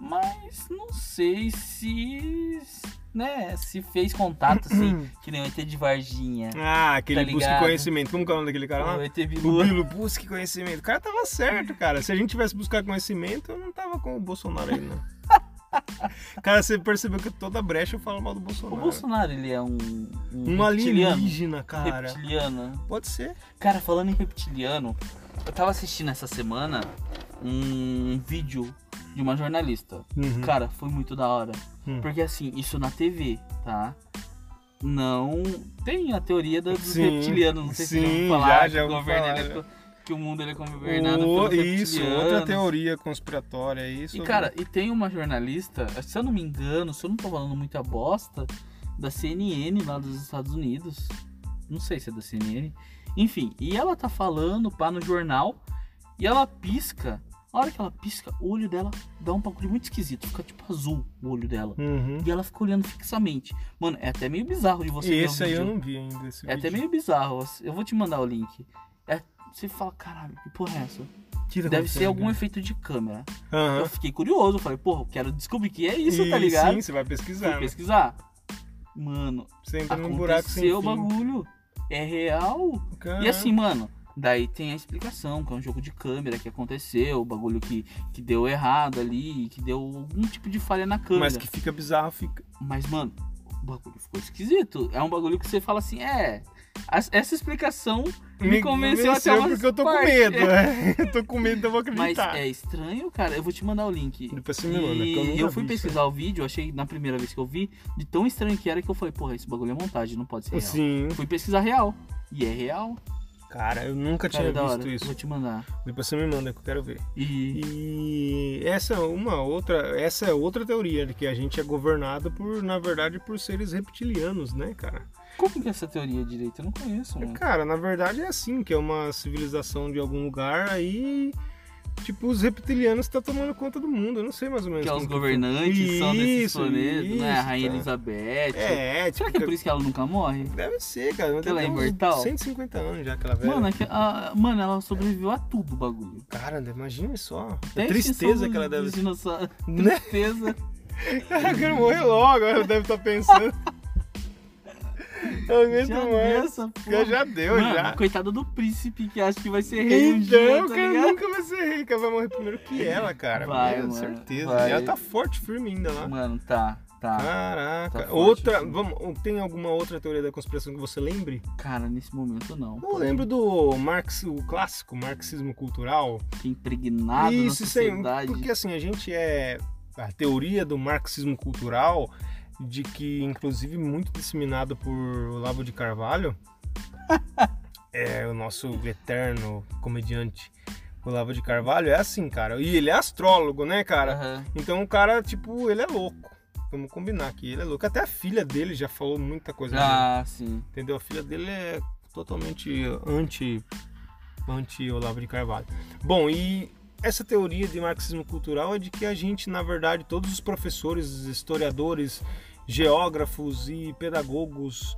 S2: mas não sei se. né, se fez contato, assim, que nem o ET de Varginha.
S1: Ah, aquele
S2: Tá
S1: busque
S2: ligado?
S1: conhecimento. Como que é o nome daquele cara lá?
S2: O ET
S1: O
S2: Bilu.
S1: Bilo, busque conhecimento. O cara tava certo, cara. Se a gente tivesse buscar conhecimento, eu não tava com o Bolsonaro aí, não. cara, você percebeu que toda brecha eu falo mal do
S2: O
S1: Bolsonaro.
S2: Bolsonaro, ele é um.
S1: Um alienígena, cara.
S2: Reptiliano.
S1: Pode ser.
S2: Cara, falando em reptiliano, eu tava assistindo essa semana um vídeo de uma jornalista.
S1: Uhum.
S2: Cara, foi muito da hora.
S1: Hum.
S2: Porque assim, isso na TV, tá? Não tem a teoria do- dos
S1: Sim,
S2: reptilianos, não sei se
S1: sim,
S2: vão falar
S1: já- já
S2: que o
S1: ouvi
S2: governo
S1: falar,
S2: ele é co- que o mundo ele é governado
S1: Ou-
S2: pelos
S1: isso, outra
S2: reptilianos.
S1: teoria conspiratória aí.
S2: E
S1: sobre-
S2: cara, e tem uma jornalista, se eu não me engano, se eu não tô falando muita bosta, da CNN lá dos Estados Unidos. Não sei se é da CNN. Enfim, e ela tá falando, pá, no jornal, e ela pisca. A hora que ela pisca, o olho dela dá um bagulho muito esquisito, fica tipo azul o olho dela.
S1: Uhum.
S2: E ela fica olhando fixamente. Mano, é até meio bizarro de você
S1: E
S2: ver o
S1: esse aí
S2: vídeo.
S1: eu não vi ainda. Esse
S2: É até
S1: vídeo.
S2: meio bizarro. Eu vou te mandar o link. É- você fala, caralho, que porra é essa?
S1: Que tá
S2: Deve ser
S1: acontecendo,
S2: algum
S1: cara?
S2: efeito de câmera.
S1: Aham.
S2: Eu fiquei curioso, falei, porra, eu quero descobrir que é isso, tá
S1: E
S2: ligado?
S1: Sim, você vai
S2: Fui
S1: pesquisar. né?
S2: pesquisar. Mano,
S1: Você entra num buraco sem
S2: aconteceu o
S1: fim.
S2: bagulho. É real.
S1: Cara,
S2: E assim, mano, daí tem a explicação, que é um jogo de câmera que aconteceu, o bagulho que, que deu errado ali, que deu algum tipo de falha na câmera.
S1: Mas que fica bizarro, fica.
S2: Mas, mano, o bagulho ficou esquisito. É um bagulho que você fala assim, é. as- Essa explicação me, convenceu até umas
S1: porque eu tô
S2: partes.
S1: com medo. né? eu tô com medo, eu vou
S2: Mas
S1: acreditar.
S2: é estranho, cara. Eu vou te mandar o link.
S1: Depois você me manda,
S2: E
S1: é que eu nunca
S2: eu fui
S1: vi isso
S2: pesquisar o vídeo, achei na primeira vez que eu vi, de tão estranho que era que eu falei, porra, esse bagulho é montagem, não pode ser
S1: aí.
S2: real.
S1: Sim.
S2: Fui pesquisar real. E é real.
S1: Cara, eu nunca
S2: Cara, é
S1: tinha
S2: da
S1: visto
S2: hora. Vou
S1: isso.
S2: te mandar.
S1: Depois você me manda que eu quero ver.
S2: E.
S1: E essa é uma outra, essa é outra teoria de que a gente é governado por, na verdade, por seres reptilianos, né, cara?
S2: Como que é essa teoria direito? Eu não conheço, mano.
S1: Cara, na verdade é assim, que é uma civilização de algum lugar aí tipo os reptilianos tá tomando conta do mundo, eu não sei mais ou menos.
S2: Que é os
S1: como que-
S2: governantes são desses
S1: Isso,
S2: planetas, né? A
S1: isso,
S2: Rainha
S1: cara.
S2: Elizabeth.
S1: É, tipo,
S2: Será que é por isso que ela nunca morre?
S1: deve ser, cara,
S2: Que ela é
S1: deve ter uns
S2: imortal?
S1: 150 anos já aquela velha.
S2: Mano, é que a- mano, ela sobreviveu a tudo o bagulho.
S1: Cara, imagine só.
S2: Até
S1: A
S2: a
S1: tristeza
S2: extinção
S1: que ela deve
S2: dos dinossauros.
S1: Né?
S2: Tristeza.
S1: Eu quero morrer logo, ela deve estar pensando. Eu aguento
S2: Já
S1: mais.
S2: dessa
S1: Já, já deu,
S2: Mano,
S1: já.
S2: coitado do príncipe que acha que vai ser rei um dia,
S1: Então,
S2: tá
S1: cara,
S2: ligado?
S1: nunca vai ser rica, vai morrer primeiro que ela, cara.
S2: Vai,
S1: Meu,
S2: mano,
S1: certeza.
S2: vai.
S1: E ela tá forte, firme ainda lá.
S2: Mano, tá, tá.
S1: Caraca.
S2: Tá forte,
S1: outra.
S2: sim.
S1: Vamos, um, tem alguma outra teoria da conspiração que você lembre?
S2: Cara, nesse momento não.
S1: Eu lembro do Marx, o clássico marxismo cultural.
S2: Que impregnado na
S1: isso, aí,
S2: sociedade.
S1: porque assim, a gente é. A teoria do marxismo cultural, de que, inclusive, muito disseminado por Olavo de Carvalho, é o nosso eterno comediante Olavo de Carvalho, é assim, cara. E ele é astrólogo, né, cara?
S2: Aham.
S1: Então o cara, tipo, ele é louco. Vamos combinar que ele é louco. Até a filha dele já falou muita coisa. dele,
S2: Ah, sim.
S1: entendeu? A filha dele é totalmente anti anti Olavo de Carvalho. Bom, e essa teoria de marxismo cultural é de que a gente, na verdade, todos os professores, historiadores, geógrafos e pedagogos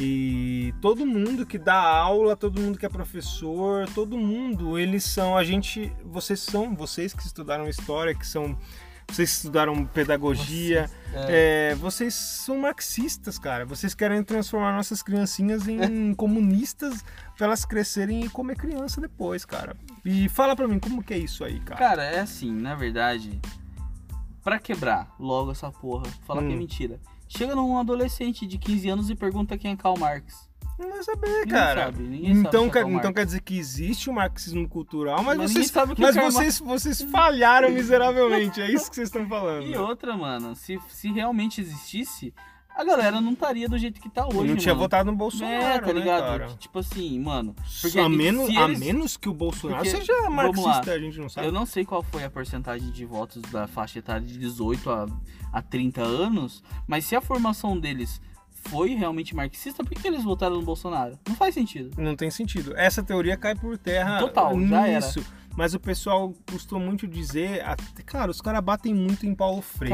S1: e todo mundo que dá aula, todo mundo que é professor, todo mundo, eles são a gente, vocês são, vocês que estudaram história, que são vocês que estudaram pedagogia,
S2: É,
S1: é, vocês são marxistas, cara. Vocês querem transformar nossas criancinhas em comunistas pra elas crescerem e comer criança depois, cara. E fala pra mim, como que é isso aí, cara?
S2: Cara, é assim, na verdade, pra quebrar logo essa porra, falar
S1: Hum.
S2: que é mentira. Chega num adolescente de 15 anos e pergunta quem é Karl Marx.
S1: Não vai saber,
S2: Ninguém
S1: cara.
S2: sabe, ninguém sabe
S1: Então,
S2: quem é
S1: quer,
S2: Karl
S1: então
S2: Marx.
S1: quer dizer que existe o marxismo cultural, mas,
S2: Mas ninguém
S1: vocês,
S2: sabe o que é
S1: mas
S2: Karl
S1: vocês, vocês falharam miseravelmente. É isso que vocês estão
S2: E
S1: falando.
S2: outra, mano, se, se realmente existisse, a galera não estaria do jeito que tá hoje,
S1: Eu não tinha
S2: mano.
S1: votado no Bolsonaro,
S2: é, tá ligado?
S1: né, cara?
S2: Tipo assim, mano, Porque
S1: a,
S2: eles-
S1: menos,
S2: se
S1: a
S2: eles-
S1: menos que o Bolsonaro
S2: Porque-
S1: seja
S2: vamos lá.
S1: marxista, a gente não sabe.
S2: eu não sei qual foi a porcentagem de votos da faixa etária de 18 a, a 30 anos, mas se a formação deles foi realmente marxista, por que eles votaram no Bolsonaro? Não faz sentido.
S1: Não tem sentido. Essa teoria cai por terra
S2: Total, já era.
S1: nisso. Mas o pessoal costuma muito dizer. até- cara, os caras batem muito em Paulo Freire,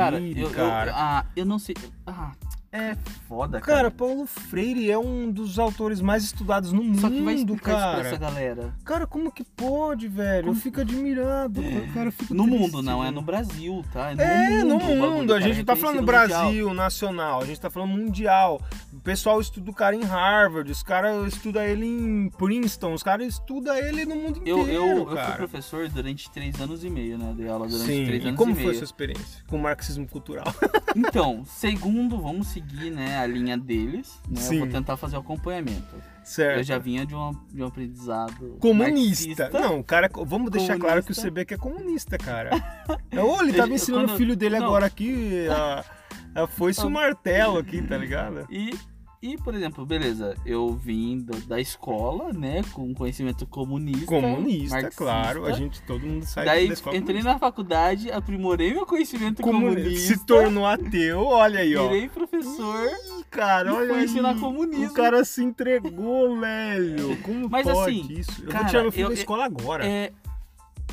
S2: Cara,
S1: cara.
S2: eu, eu- ah, eu não sei. Ah, é foda,
S1: Cara,
S2: cara.
S1: Paulo Freire é um dos autores mais estudados no
S2: Só que vai
S1: mundo,
S2: explicar isso
S1: cara.
S2: pra essa galera.
S1: Cara, como que pode, velho? Eu
S2: Como- É.
S1: fico admirado. Cara, eu fico
S2: No
S1: triste,
S2: mundo, não, é
S1: velho.
S2: no Brasil, tá?
S1: É, no
S2: o bagulho,
S1: mundo. A
S2: cara, é
S1: gente não tá
S2: reconhecido
S1: falando
S2: mundial.
S1: Brasil, nacional. A gente tá falando mundial. O pessoal estuda o cara em Harvard. Os caras estudam ele em Princeton. Os caras estudam ele no mundo inteiro,
S2: Eu, eu, eu fui
S1: cara.
S2: professor durante três anos e meio, né? Dei aula durante três
S1: Sim, e
S2: anos
S1: como
S2: e
S1: foi a
S2: meio.
S1: sua experiência com o marxismo cultural?
S2: Então, segundo, vamos seguir né, a linha deles. Né? Eu
S1: Sim.
S2: vou tentar fazer o acompanhamento.
S1: Certo.
S2: Eu já vinha de um, de um aprendizado.
S1: Comunista.
S2: marxista.
S1: Não, o cara, é co- vamos deixar claro que o
S2: Comunista.
S1: CB é comunista, cara. É, Ô, ele tá tava
S2: Eu-
S1: ensinando
S2: quando-
S1: o filho dele
S2: não.
S1: agora aqui a, a foice e o martelo aqui, tá ligado?
S2: E E, por exemplo, beleza, eu vim do- da escola, né, com conhecimento comunista.
S1: Comunista,
S2: marxista.
S1: claro. A gente, todo mundo sai
S2: Daí
S1: da escola
S2: entrei na faculdade, aprimorei meu conhecimento
S1: comunista. Comuni-
S2: comunista,
S1: Se tornou ateu, olha aí, ó.
S2: virei professor.
S1: Ih, cara,
S2: e
S1: olha
S2: fui
S1: aí.
S2: ensinar comunismo.
S1: O cara se entregou, velho. Como
S2: Mas
S1: pode
S2: assim,
S1: isso? Eu
S2: cara,
S1: vou tirar meu filho
S2: eu-
S1: da escola agora.
S2: É,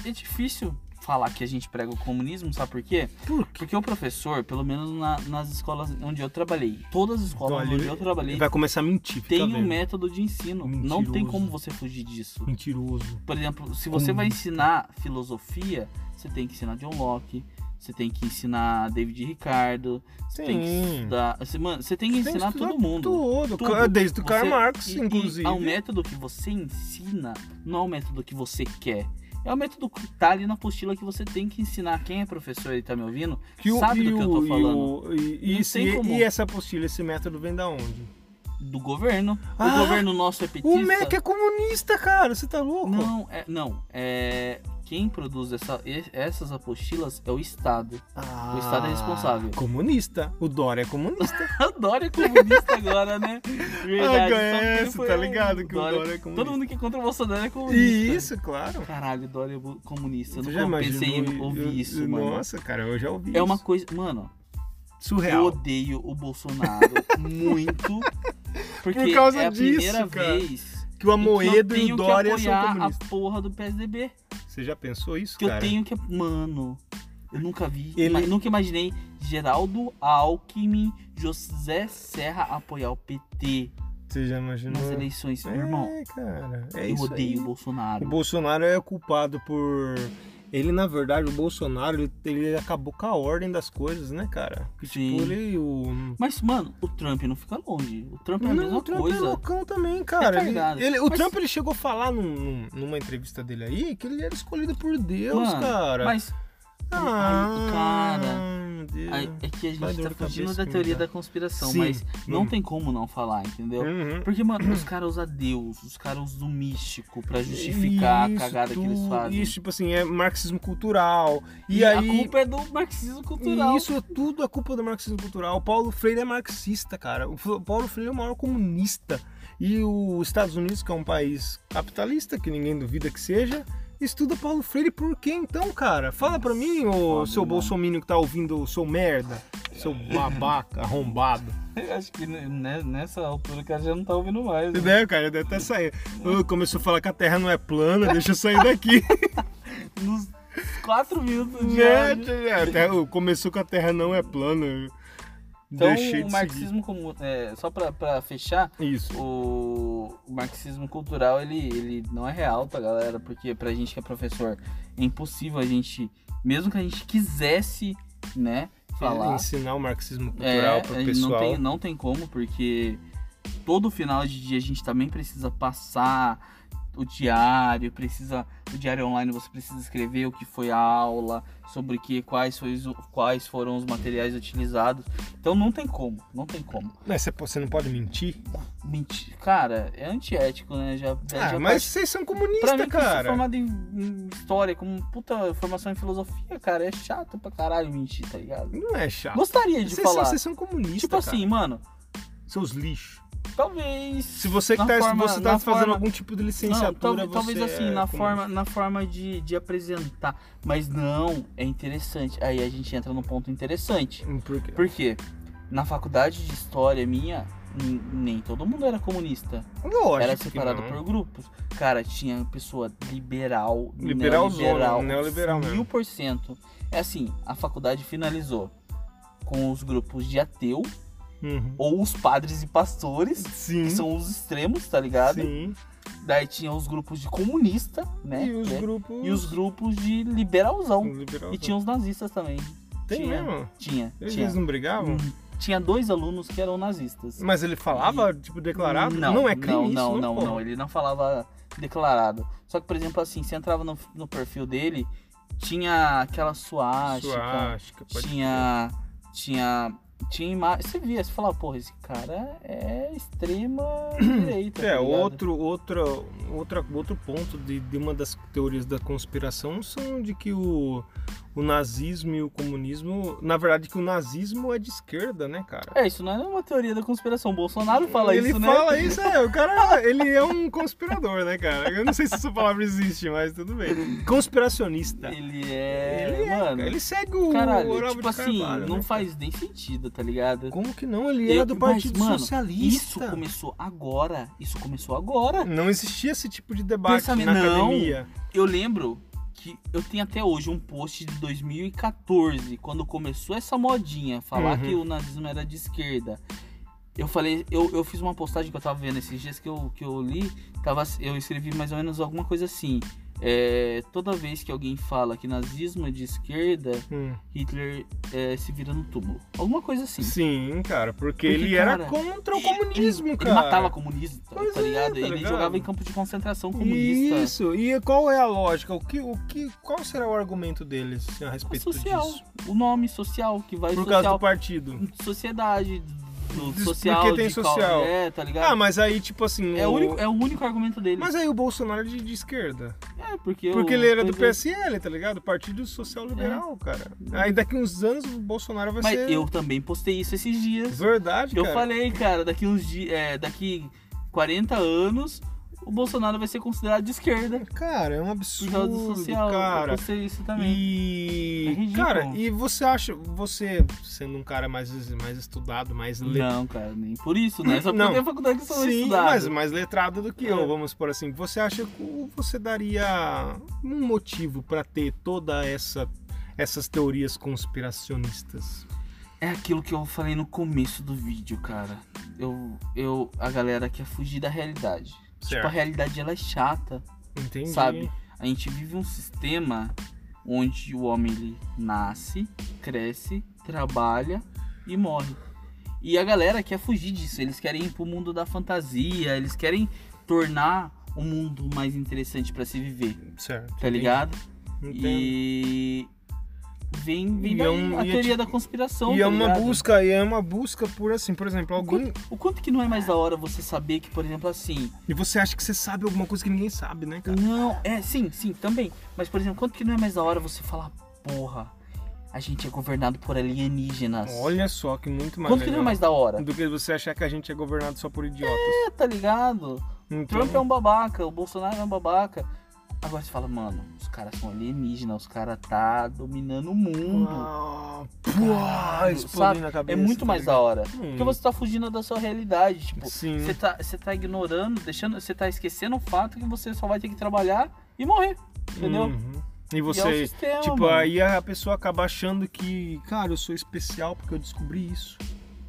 S2: é difícil falar que a gente prega o comunismo, sabe por quê?
S1: Por quê?
S2: Porque o professor, pelo menos na- nas escolas onde eu trabalhei, todas as escolas
S1: Olha,
S2: onde eu trabalhei,
S1: Então, Vai começar a mentir, fica
S2: tem um
S1: vendo.
S2: método de ensino. Não tem
S1: Mentiroso.
S2: como você fugir disso.
S1: Mentiroso.
S2: Por exemplo, se você
S1: Como?
S2: vai ensinar filosofia, você tem que ensinar John Locke, você tem que ensinar David Ricardo, você tem que
S1: Sim.
S2: estudar. Assim, mano, você tem que
S1: Tem que
S2: ensinar
S1: estudar
S2: todo mundo.
S1: Tudo.
S2: Tudo.
S1: Desde o Karl
S2: Você-
S1: Marx,
S2: E- um e
S1: inclusive.
S2: o método que você ensina não é o método que você quer. É o método que tá ali na apostila que você tem que ensinar. Quem é professor e tá me ouvindo?
S1: Que o-
S2: sabe
S1: e
S2: do que eu
S1: o-
S2: tô
S1: e
S2: falando.
S1: o- E, e
S2: Não
S1: esse-
S2: tem como.
S1: e essa apostila, esse método vem da onde?
S2: Do governo.
S1: Ah,
S2: o governo nosso é petista.
S1: O MEC é comunista, cara. Você tá louco?
S2: Não, é, não. É, quem produz essa- e- essas apostilas é o Estado.
S1: Ah,
S2: O Estado é responsável.
S1: Comunista. O Dória é comunista.
S2: Adoro é comunista agora, né?
S1: Ah,
S2: Verdade. só quem
S1: conheço,
S2: foi
S1: tá
S2: o
S1: ligado? Que o Dória é comunista.
S2: Todo mundo que é contra o Bolsonaro é comunista.
S1: Isso, claro.
S2: Caralho, Dória é bu- comunista. Eu
S1: Você
S2: nunca
S1: já imaginou?
S2: pensei em ouvir
S1: eu-
S2: isso,
S1: eu-
S2: mano.
S1: Nossa, cara, eu já ouvi
S2: É uma
S1: isso.
S2: coisa. Mano, eu
S1: Surreal.
S2: odeio o Bolsonaro muito. Porque
S1: Por causa
S2: é a
S1: disso,
S2: primeira
S1: cara.
S2: vez
S1: Que o
S2: em que eu
S1: Amoedo e
S2: tenho
S1: o
S2: que
S1: Dória são
S2: apoiar a
S1: comunistas.
S2: porra do PSDB.
S1: Você já pensou isso,
S2: Que eu
S1: cara?
S2: tenho que. Mano, eu nunca vi.
S1: Ele-
S2: ima- Nunca imaginei Geraldo Alckmin, José Serra apoiar o PT
S1: Você já imaginou?
S2: nas eleições.
S1: É,
S2: Meu irmão,
S1: cara. É
S2: eu
S1: isso
S2: odeio
S1: aí.
S2: o Bolsonaro.
S1: O Bolsonaro é culpado por. Ele, na verdade, o Bolsonaro, ele, ele acabou com a ordem das coisas, né, cara? Que,
S2: Sim.
S1: Tipo, ele. O...
S2: Mas, mano, o Trump não fica longe. O Trump é a
S1: Não,
S2: mesma
S1: o Trump é
S2: coisa.
S1: loucão também, cara. Ele-
S2: Retardado.
S1: ele- o
S2: Mas-
S1: Trump ele chegou a falar num- num- numa entrevista dele aí que ele era escolhido por Deus,
S2: Mano,
S1: cara.
S2: Mas
S1: ah,
S2: ai, cara,
S1: meu Deus.
S2: ai, é que a
S1: Vai
S2: gente
S1: dor
S2: tá
S1: de cabeça
S2: fugindo da
S1: que me
S2: teoria
S1: dá.
S2: da conspiração,
S1: Sim, Hum.
S2: mas não
S1: vamos.
S2: tem como não falar, entendeu?
S1: Uhum.
S2: Porque, mano, os caras usam Deus, os caras usam o místico pra justificar
S1: Isso
S2: a cagada que eles
S1: tudo,
S2: fazem.
S1: Isso, tipo assim, é marxismo cultural. E,
S2: a
S1: aí.
S2: culpa é do marxismo cultural.
S1: E isso é tudo a culpa do marxismo cultural. O Paulo Freire é marxista, cara. O F- Paulo Freire é o maior comunista. E os Estados Unidos, que é um país capitalista, que ninguém duvida que seja, estuda Paulo Freire por quê então, cara? Fala pra mim, ô
S2: foda, É.
S1: seu
S2: mano.
S1: bolsominion que tá ouvindo, o seu merda, seu babaca, arrombado.
S2: Acho que ne- nessa altura o cara já não tá ouvindo mais. né?
S1: Entendeu, cara? Deve até sair. Ô, Começou a falar que a terra não é plana, deixa eu sair daqui.
S2: Nos 4 minutos de
S1: Né,
S2: áudio.
S1: tia? A terra- Começou com a terra não é plana.
S2: Então,
S1: Deixei
S2: o
S1: de seguir.
S2: marxismo como. é, só pra, pra fechar,
S1: Isso.
S2: o, o marxismo cultural ele, ele não é real, tá, galera? Porque pra gente que é professor é impossível a gente, mesmo que a gente quisesse, né,
S1: É,
S2: falar.
S1: ensinar o marxismo
S2: É,
S1: cultural
S2: a
S1: pro
S2: gente não
S1: pessoal.
S2: tem, não tem como, porque todo final de dia a gente também precisa passar o diário, precisa o diário online, você precisa escrever o que foi a aula, sobre o que quais, foi, os- quais foram os materiais utilizados. Então não tem como, não tem como.
S1: Mas você, você não pode mentir?
S2: Mentira, cara, é antiético, né? Já,
S1: Ah,
S2: já
S1: mas
S2: parte-
S1: vocês são
S2: pra
S1: comunistas,
S2: mim, que sou
S1: cara.
S2: formado em, em história, com puta formação em filosofia, cara, é chato pra caralho mentir, tá ligado?
S1: Não é chato.
S2: Gostaria de
S1: Vocês são,
S2: falar.
S1: vocês são comunistas, cara.
S2: tipo assim, mano,
S1: Seus lixos.
S2: talvez.
S1: Se você que
S2: Na
S1: tá, se
S2: forma-
S1: você tá
S2: na
S1: fazendo
S2: forma-
S1: algum tipo de
S2: Não,
S1: licenciatura,
S2: talvez,
S1: você
S2: talvez assim,
S1: é
S2: na
S1: comunista.
S2: forma, na forma de, de apresentar. Mas não, é interessante. Aí a gente entra num ponto interessante.
S1: Hum, Por quê?
S2: Por quê? Na faculdade de história minha, n- nem todo mundo era comunista.
S1: Lógico
S2: era
S1: que
S2: separado
S1: não.
S2: por grupos. Cara, tinha pessoa liberal,
S1: Liberalzona,
S2: neoliberal,
S1: neoliberal mesmo.
S2: mil por cento. É assim, a faculdade finalizou com os grupos de ateu
S1: Uhum.
S2: ou os padres e pastores,
S1: Sim.
S2: um que são os extremos, tá ligado?
S1: Sim.
S2: Daí tinha os grupos de comunista, né?
S1: E os
S2: Que é-
S1: grupos.
S2: e os grupos de liberalzão.
S1: liberal.
S2: E tinha os nazistas também.
S1: Tem
S2: tinha,
S1: mesmo?
S2: Tinha,
S1: Eles
S2: tinha.
S1: não brigavam?
S2: Hum, Tinha dois alunos que eram nazistas.
S1: Mas ele falava, tipo, declarado?
S2: Não,
S1: é crime
S2: não,
S1: isso,
S2: não, não,
S1: porra.
S2: não, Ele não falava declarado. Só que, por exemplo, assim, você entrava no, no perfil dele, tinha aquela suástica,
S1: Suástica, pode
S2: tinha, tinha. Tinha imagem. Você via, você falava, porra, esse cara é extrema direita. tá
S1: É,
S2: ligado?
S1: outro, outra, outra, outro ponto de, de uma das teorias da conspiração são de que o, o nazismo e o comunismo. Na verdade, que o nazismo é de esquerda, né, cara?
S2: É, isso não é uma teoria da conspiração. O Bolsonaro fala
S1: ele
S2: isso, né?
S1: fala isso, é. O cara, ele é um conspirador, né, cara? Eu não sei se essa palavra existe, mas tudo bem. Conspiracionista.
S2: Ele é.
S1: Ele é,
S2: mano.
S1: cara, ele segue o
S2: Caralho,
S1: Olavo
S2: tipo
S1: de
S2: assim,
S1: Carvalho,
S2: não
S1: né?
S2: faz nem sentido, tá ligado?
S1: Como que não? Ele era
S2: Eu-
S1: do
S2: mas,
S1: Partido
S2: mano,
S1: Socialista.
S2: Isso começou agora. Isso começou agora.
S1: Não existia esse tipo de debate
S2: Pensamento-
S1: na
S2: Não.
S1: academia.
S2: Eu lembro que eu tenho até hoje um post de 2014, quando começou essa modinha, falar
S1: Uhum.
S2: que o nazismo era de esquerda. Eu falei, eu, eu fiz uma postagem que eu tava vendo esses dias que eu, que eu li, tava, eu escrevi mais ou menos alguma coisa assim. é, toda vez que alguém fala que nazismo é de esquerda,
S1: Hum.
S2: Hitler é, se vira no túmulo. Alguma coisa assim.
S1: Sim, cara, porque,
S2: Porque,
S1: ele era
S2: cara,
S1: contra o
S2: Ele-
S1: comunismo,
S2: ele,
S1: cara.
S2: Ele matava comunista,
S1: Pois
S2: tá
S1: é,
S2: ligado?
S1: tá
S2: ele
S1: ligado?
S2: jogava em campo de concentração comunista.
S1: Isso. E qual é a lógica? O que, o que, qual será o argumento deles assim, a
S2: É
S1: respeito
S2: social.
S1: disso?
S2: O nome social que vai
S1: Por causa
S2: social.
S1: do partido.
S2: Sociedade. Do
S1: Diz-
S2: social.
S1: porque tem
S2: de qual-
S1: social.
S2: É, tá ligado?
S1: Ah, mas aí tipo assim,
S2: é, o
S1: o-
S2: único, é o único argumento dele.
S1: mas aí o Bolsonaro é de, de esquerda.
S2: é, porque.
S1: Porque
S2: o-
S1: ele era do
S2: coisa-
S1: PSL, tá ligado? Partido Social Liberal, cara. Aí daqui uns anos o Bolsonaro vai
S2: É. Mas
S1: ser
S2: eu também postei isso esses dias.
S1: verdade,
S2: Eu
S1: cara.
S2: falei, cara, daqui uns dias. É, daqui 40 anos, o Bolsonaro vai ser considerado de esquerda.
S1: Cara, é um
S2: né? Por causa do
S1: absurdo,
S2: social.
S1: cara.
S2: Eu postei isso também. É
S1: E
S2: ridículo.
S1: cara, e você acha, você sendo um cara mais mais estudado, mais le-
S2: Não, cara, nem por isso, né? Só
S1: Não.
S2: porque a faculdade que são
S1: Sim,
S2: estudados.
S1: mas mais letrado do que eu,
S2: É.
S1: vamos por assim. Você acha que você daria um motivo para ter toda essa essas teorias conspiracionistas?
S2: É aquilo que eu falei no começo do vídeo, cara. Eu, eu, a galera quer fugir da realidade. Tipo, a realidade ela é chata,
S1: Entendi.
S2: sabe? A gente vive um sistema onde o homem ele nasce, cresce, trabalha e morre. E a galera quer fugir disso. Eles querem ir pro mundo da fantasia. Eles querem tornar o mundo mais interessante pra se viver,
S1: Certo.
S2: tá ligado?
S1: Entendo.
S2: E vem, vem
S1: E
S2: daí
S1: é um-
S2: a
S1: e é
S2: teoria da conspiração.
S1: E
S2: tá
S1: é uma
S2: ligado?
S1: busca, e é uma busca por assim, por exemplo,
S2: O quanto-
S1: alguém.
S2: O quanto que não é mais da hora você saber que, por exemplo, assim.
S1: E você acha que você sabe alguma coisa que ninguém sabe, né, cara?
S2: Não, é, sim, sim, também. Mas, por exemplo, quanto que não é mais da hora você falar, porra, a gente é governado por alienígenas.
S1: Olha só que muito mais.
S2: quanto que não é
S1: legal
S2: mais da hora?
S1: do que você achar que a gente é governado só por idiotas.
S2: É, tá ligado?
S1: Então,
S2: Trump é um babaca, o Bolsonaro é um babaca. Agora você fala, mano, os caras são alienígenas, os caras tá dominando o mundo.
S1: Ah,
S2: Caralho,
S1: um explodindo
S2: sabe?
S1: a cabeça.
S2: é muito
S1: tá
S2: mais da
S1: ligado?
S2: hora.
S1: Hum.
S2: Porque você tá fugindo da sua realidade, tipo,
S1: Sim.
S2: Você tá, você tá ignorando, deixando, você tá esquecendo o fato que você só vai ter que trabalhar e morrer, entendeu?
S1: Uhum. E
S2: E é o
S1: você,
S2: sistema,
S1: tipo,
S2: mano.
S1: aí a pessoa acaba achando que, cara, eu sou especial porque eu descobri isso.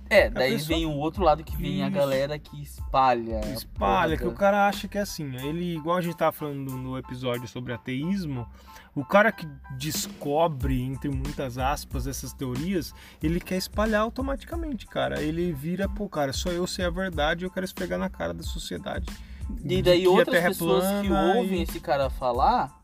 S2: É, daí
S1: pessoa-
S2: vem o outro lado que vem a
S1: Isso.
S2: galera que espalha. a
S1: Espalha,
S2: É porra
S1: que o
S2: da-
S1: cara acha que é assim. Ele, igual a gente tava falando no episódio sobre ateísmo, o cara que descobre, entre muitas aspas, essas teorias, ele quer espalhar automaticamente, cara. Ele vira, pô, cara, só eu sei a verdade e eu quero esfregar na cara da sociedade.
S2: E
S1: de
S2: daí
S1: que a
S2: outras
S1: Terra é
S2: pessoas que
S1: plana e-
S2: ouvem esse cara falar,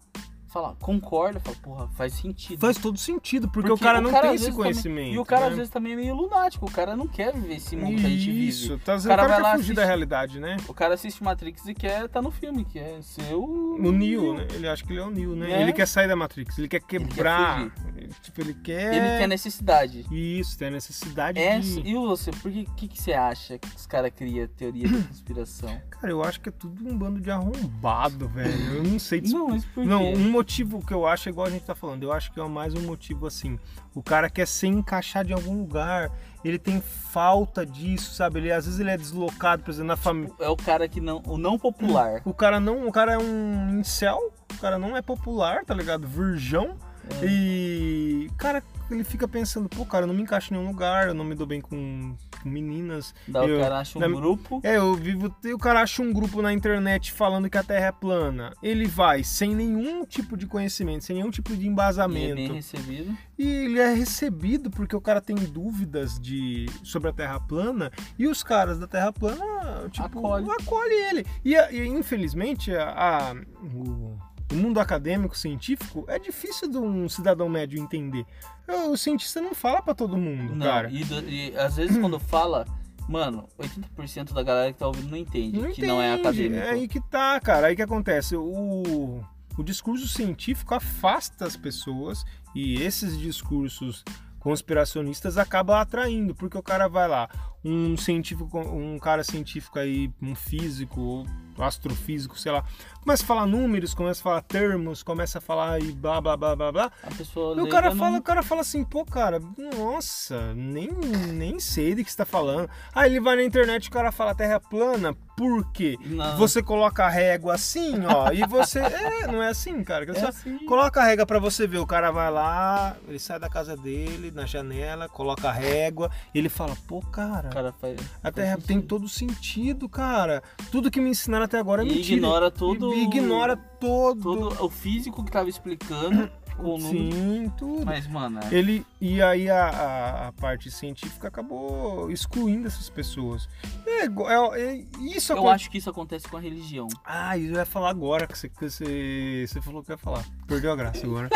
S2: fala, concorda, fala, porra, faz sentido.
S1: Faz todo sentido, porque, o
S2: Porque
S1: cara
S2: o
S1: não
S2: cara
S1: tem
S2: às
S1: esse
S2: vezes também-
S1: conhecimento.
S2: E o cara
S1: né?
S2: às vezes também é meio lunático, o cara não quer viver esse mundo que a gente vive.
S1: Isso, tá, o
S2: cara
S1: cara
S2: vai
S1: quer
S2: lá,
S1: fugir
S2: assiste.
S1: da realidade, né?
S2: O cara assiste Matrix e quer tá no filme, que é ser o.
S1: O Neo, né? Ele acha que ele é o Neo, né?
S2: É.
S1: Ele quer sair da Matrix, ele quer quebrar. Ele- tipo, ele quer. É,
S2: Ele tem a necessidade.
S1: Isso, tem a necessidade
S2: Essa,
S1: de.
S2: e você, por que, que, que você acha que os caras criam teoria da conspiração?
S1: Cara, eu acho que é tudo um bando de arrombado, velho. Eu não sei te
S2: não, mas por
S1: Não,
S2: quê?
S1: um motivo que eu acho é igual a gente tá falando. Eu acho que é mais um motivo assim. O cara quer se encaixar de algum lugar. Ele tem falta disso, sabe? Ele, às vezes ele é deslocado, por exemplo, na família.
S2: É o cara que não. O não popular.
S1: O cara não, o cara é um incel, o cara não é popular, tá ligado? Virgão.
S2: É.
S1: E cara, ele fica pensando, pô, cara, eu não me encaixo em nenhum lugar, eu não me dou bem com, com meninas.
S2: Daí
S1: Eu-
S2: o cara acha um
S1: na-
S2: grupo.
S1: É, eu vivo, e o cara acha um grupo na internet falando que a Terra é plana. Ele vai sem nenhum tipo de conhecimento, sem nenhum tipo de
S2: E é bem
S1: embasamento.
S2: recebido.
S1: E ele é recebido porque o cara tem dúvidas de sobre a Terra plana e os caras da Terra plana tipo
S2: Acolhe.
S1: acolhe ele. E, a- e, infelizmente a, a- o, o mundo acadêmico científico é difícil de um cidadão médio entender. O, o cientista não fala pra todo mundo,
S2: Não,
S1: cara.
S2: E, do- e às vezes quando fala, mano, 80% da galera que tá ouvindo não entende,
S1: Não
S2: que não é
S1: entende.
S2: acadêmico.
S1: É aí que tá, cara. Aí que acontece. O, O discurso científico afasta as pessoas e esses discursos conspiracionistas acabam atraindo, porque o cara vai lá, um científico, um cara científico aí, um físico, astrofísico, sei lá, começa a falar números, começa a falar termos, começa a falar e blá blá blá blá blá.
S2: A pessoa
S1: E
S2: é
S1: o
S2: leiga
S1: cara
S2: não-
S1: fala, o cara fala assim, pô, cara, nossa, nem, nem sei do que você tá falando. Aí ele vai na internet e o cara fala terra é plana, por quê?
S2: Não.
S1: Você coloca a régua assim, ó, e você. É, não é assim, cara. que
S2: É
S1: você-
S2: assim.
S1: Coloca a régua pra você ver. O cara vai lá, ele sai da casa dele, na janela, coloca a régua, e ele fala, pô, cara,
S2: O cara faz.
S1: a terra tem todo sentido, cara. Tudo que me ensinaram até agora é
S2: E
S1: mentira.
S2: ignora todo.
S1: E ignora todo.
S2: todo o físico que tava explicando com o número.
S1: Sim, tudo.
S2: Mas, mano, é-
S1: Ele, e aí a, a- a parte científica acabou excluindo essas pessoas. É, igual- é- é- isso
S2: eu
S1: acon-
S2: acho que isso acontece com a religião.
S1: Ah, isso eu ia falar agora, que você, que você, você falou que ia falar. Perdeu a graça agora.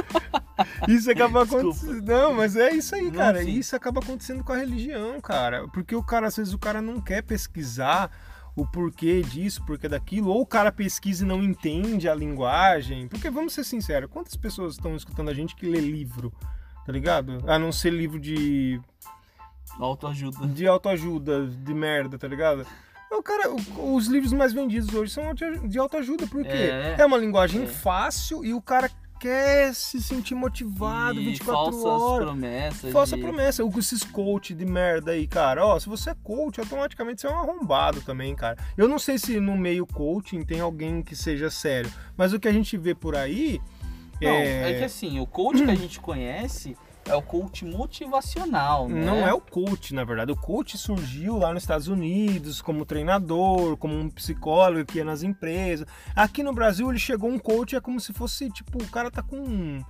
S1: isso acaba
S2: Desculpa.
S1: acontecendo. Não, mas é isso aí,
S2: Não,
S1: cara.
S2: sim.
S1: Isso acaba acontecendo com a religião, cara. Porque o cara, às vezes, o cara não quer pesquisar o porquê disso, o porquê daquilo, ou o cara pesquisa e não entende a linguagem. Porque vamos ser sinceros, quantas pessoas estão escutando a gente que lê livro? Tá ligado? A não ser livro de
S2: Autoajuda.
S1: de autoajuda, de merda, tá ligado? O cara, o- os livros mais vendidos hoje são auto- de autoajuda, por quê?
S2: É.
S1: É, uma linguagem
S2: É.
S1: fácil e o cara quer se sentir motivado
S2: E
S1: 24
S2: falsas
S1: horas.
S2: promessas.
S1: Falsa
S2: de-
S1: promessa. O esses coach de merda aí, cara. Ó, se você é coach, automaticamente você é um arrombado também, cara. Eu não sei se no meio coaching tem alguém que seja sério, mas o que a gente vê por aí
S2: Não,
S1: é...
S2: é... que assim, o coach que a gente conhece é o coach motivacional, né?
S1: Não é o coach, na verdade. O coach surgiu lá nos Estados Unidos como treinador, como um psicólogo que ia nas empresas. Aqui no Brasil ele chegou um coach, é como se fosse, tipo, o cara tá com.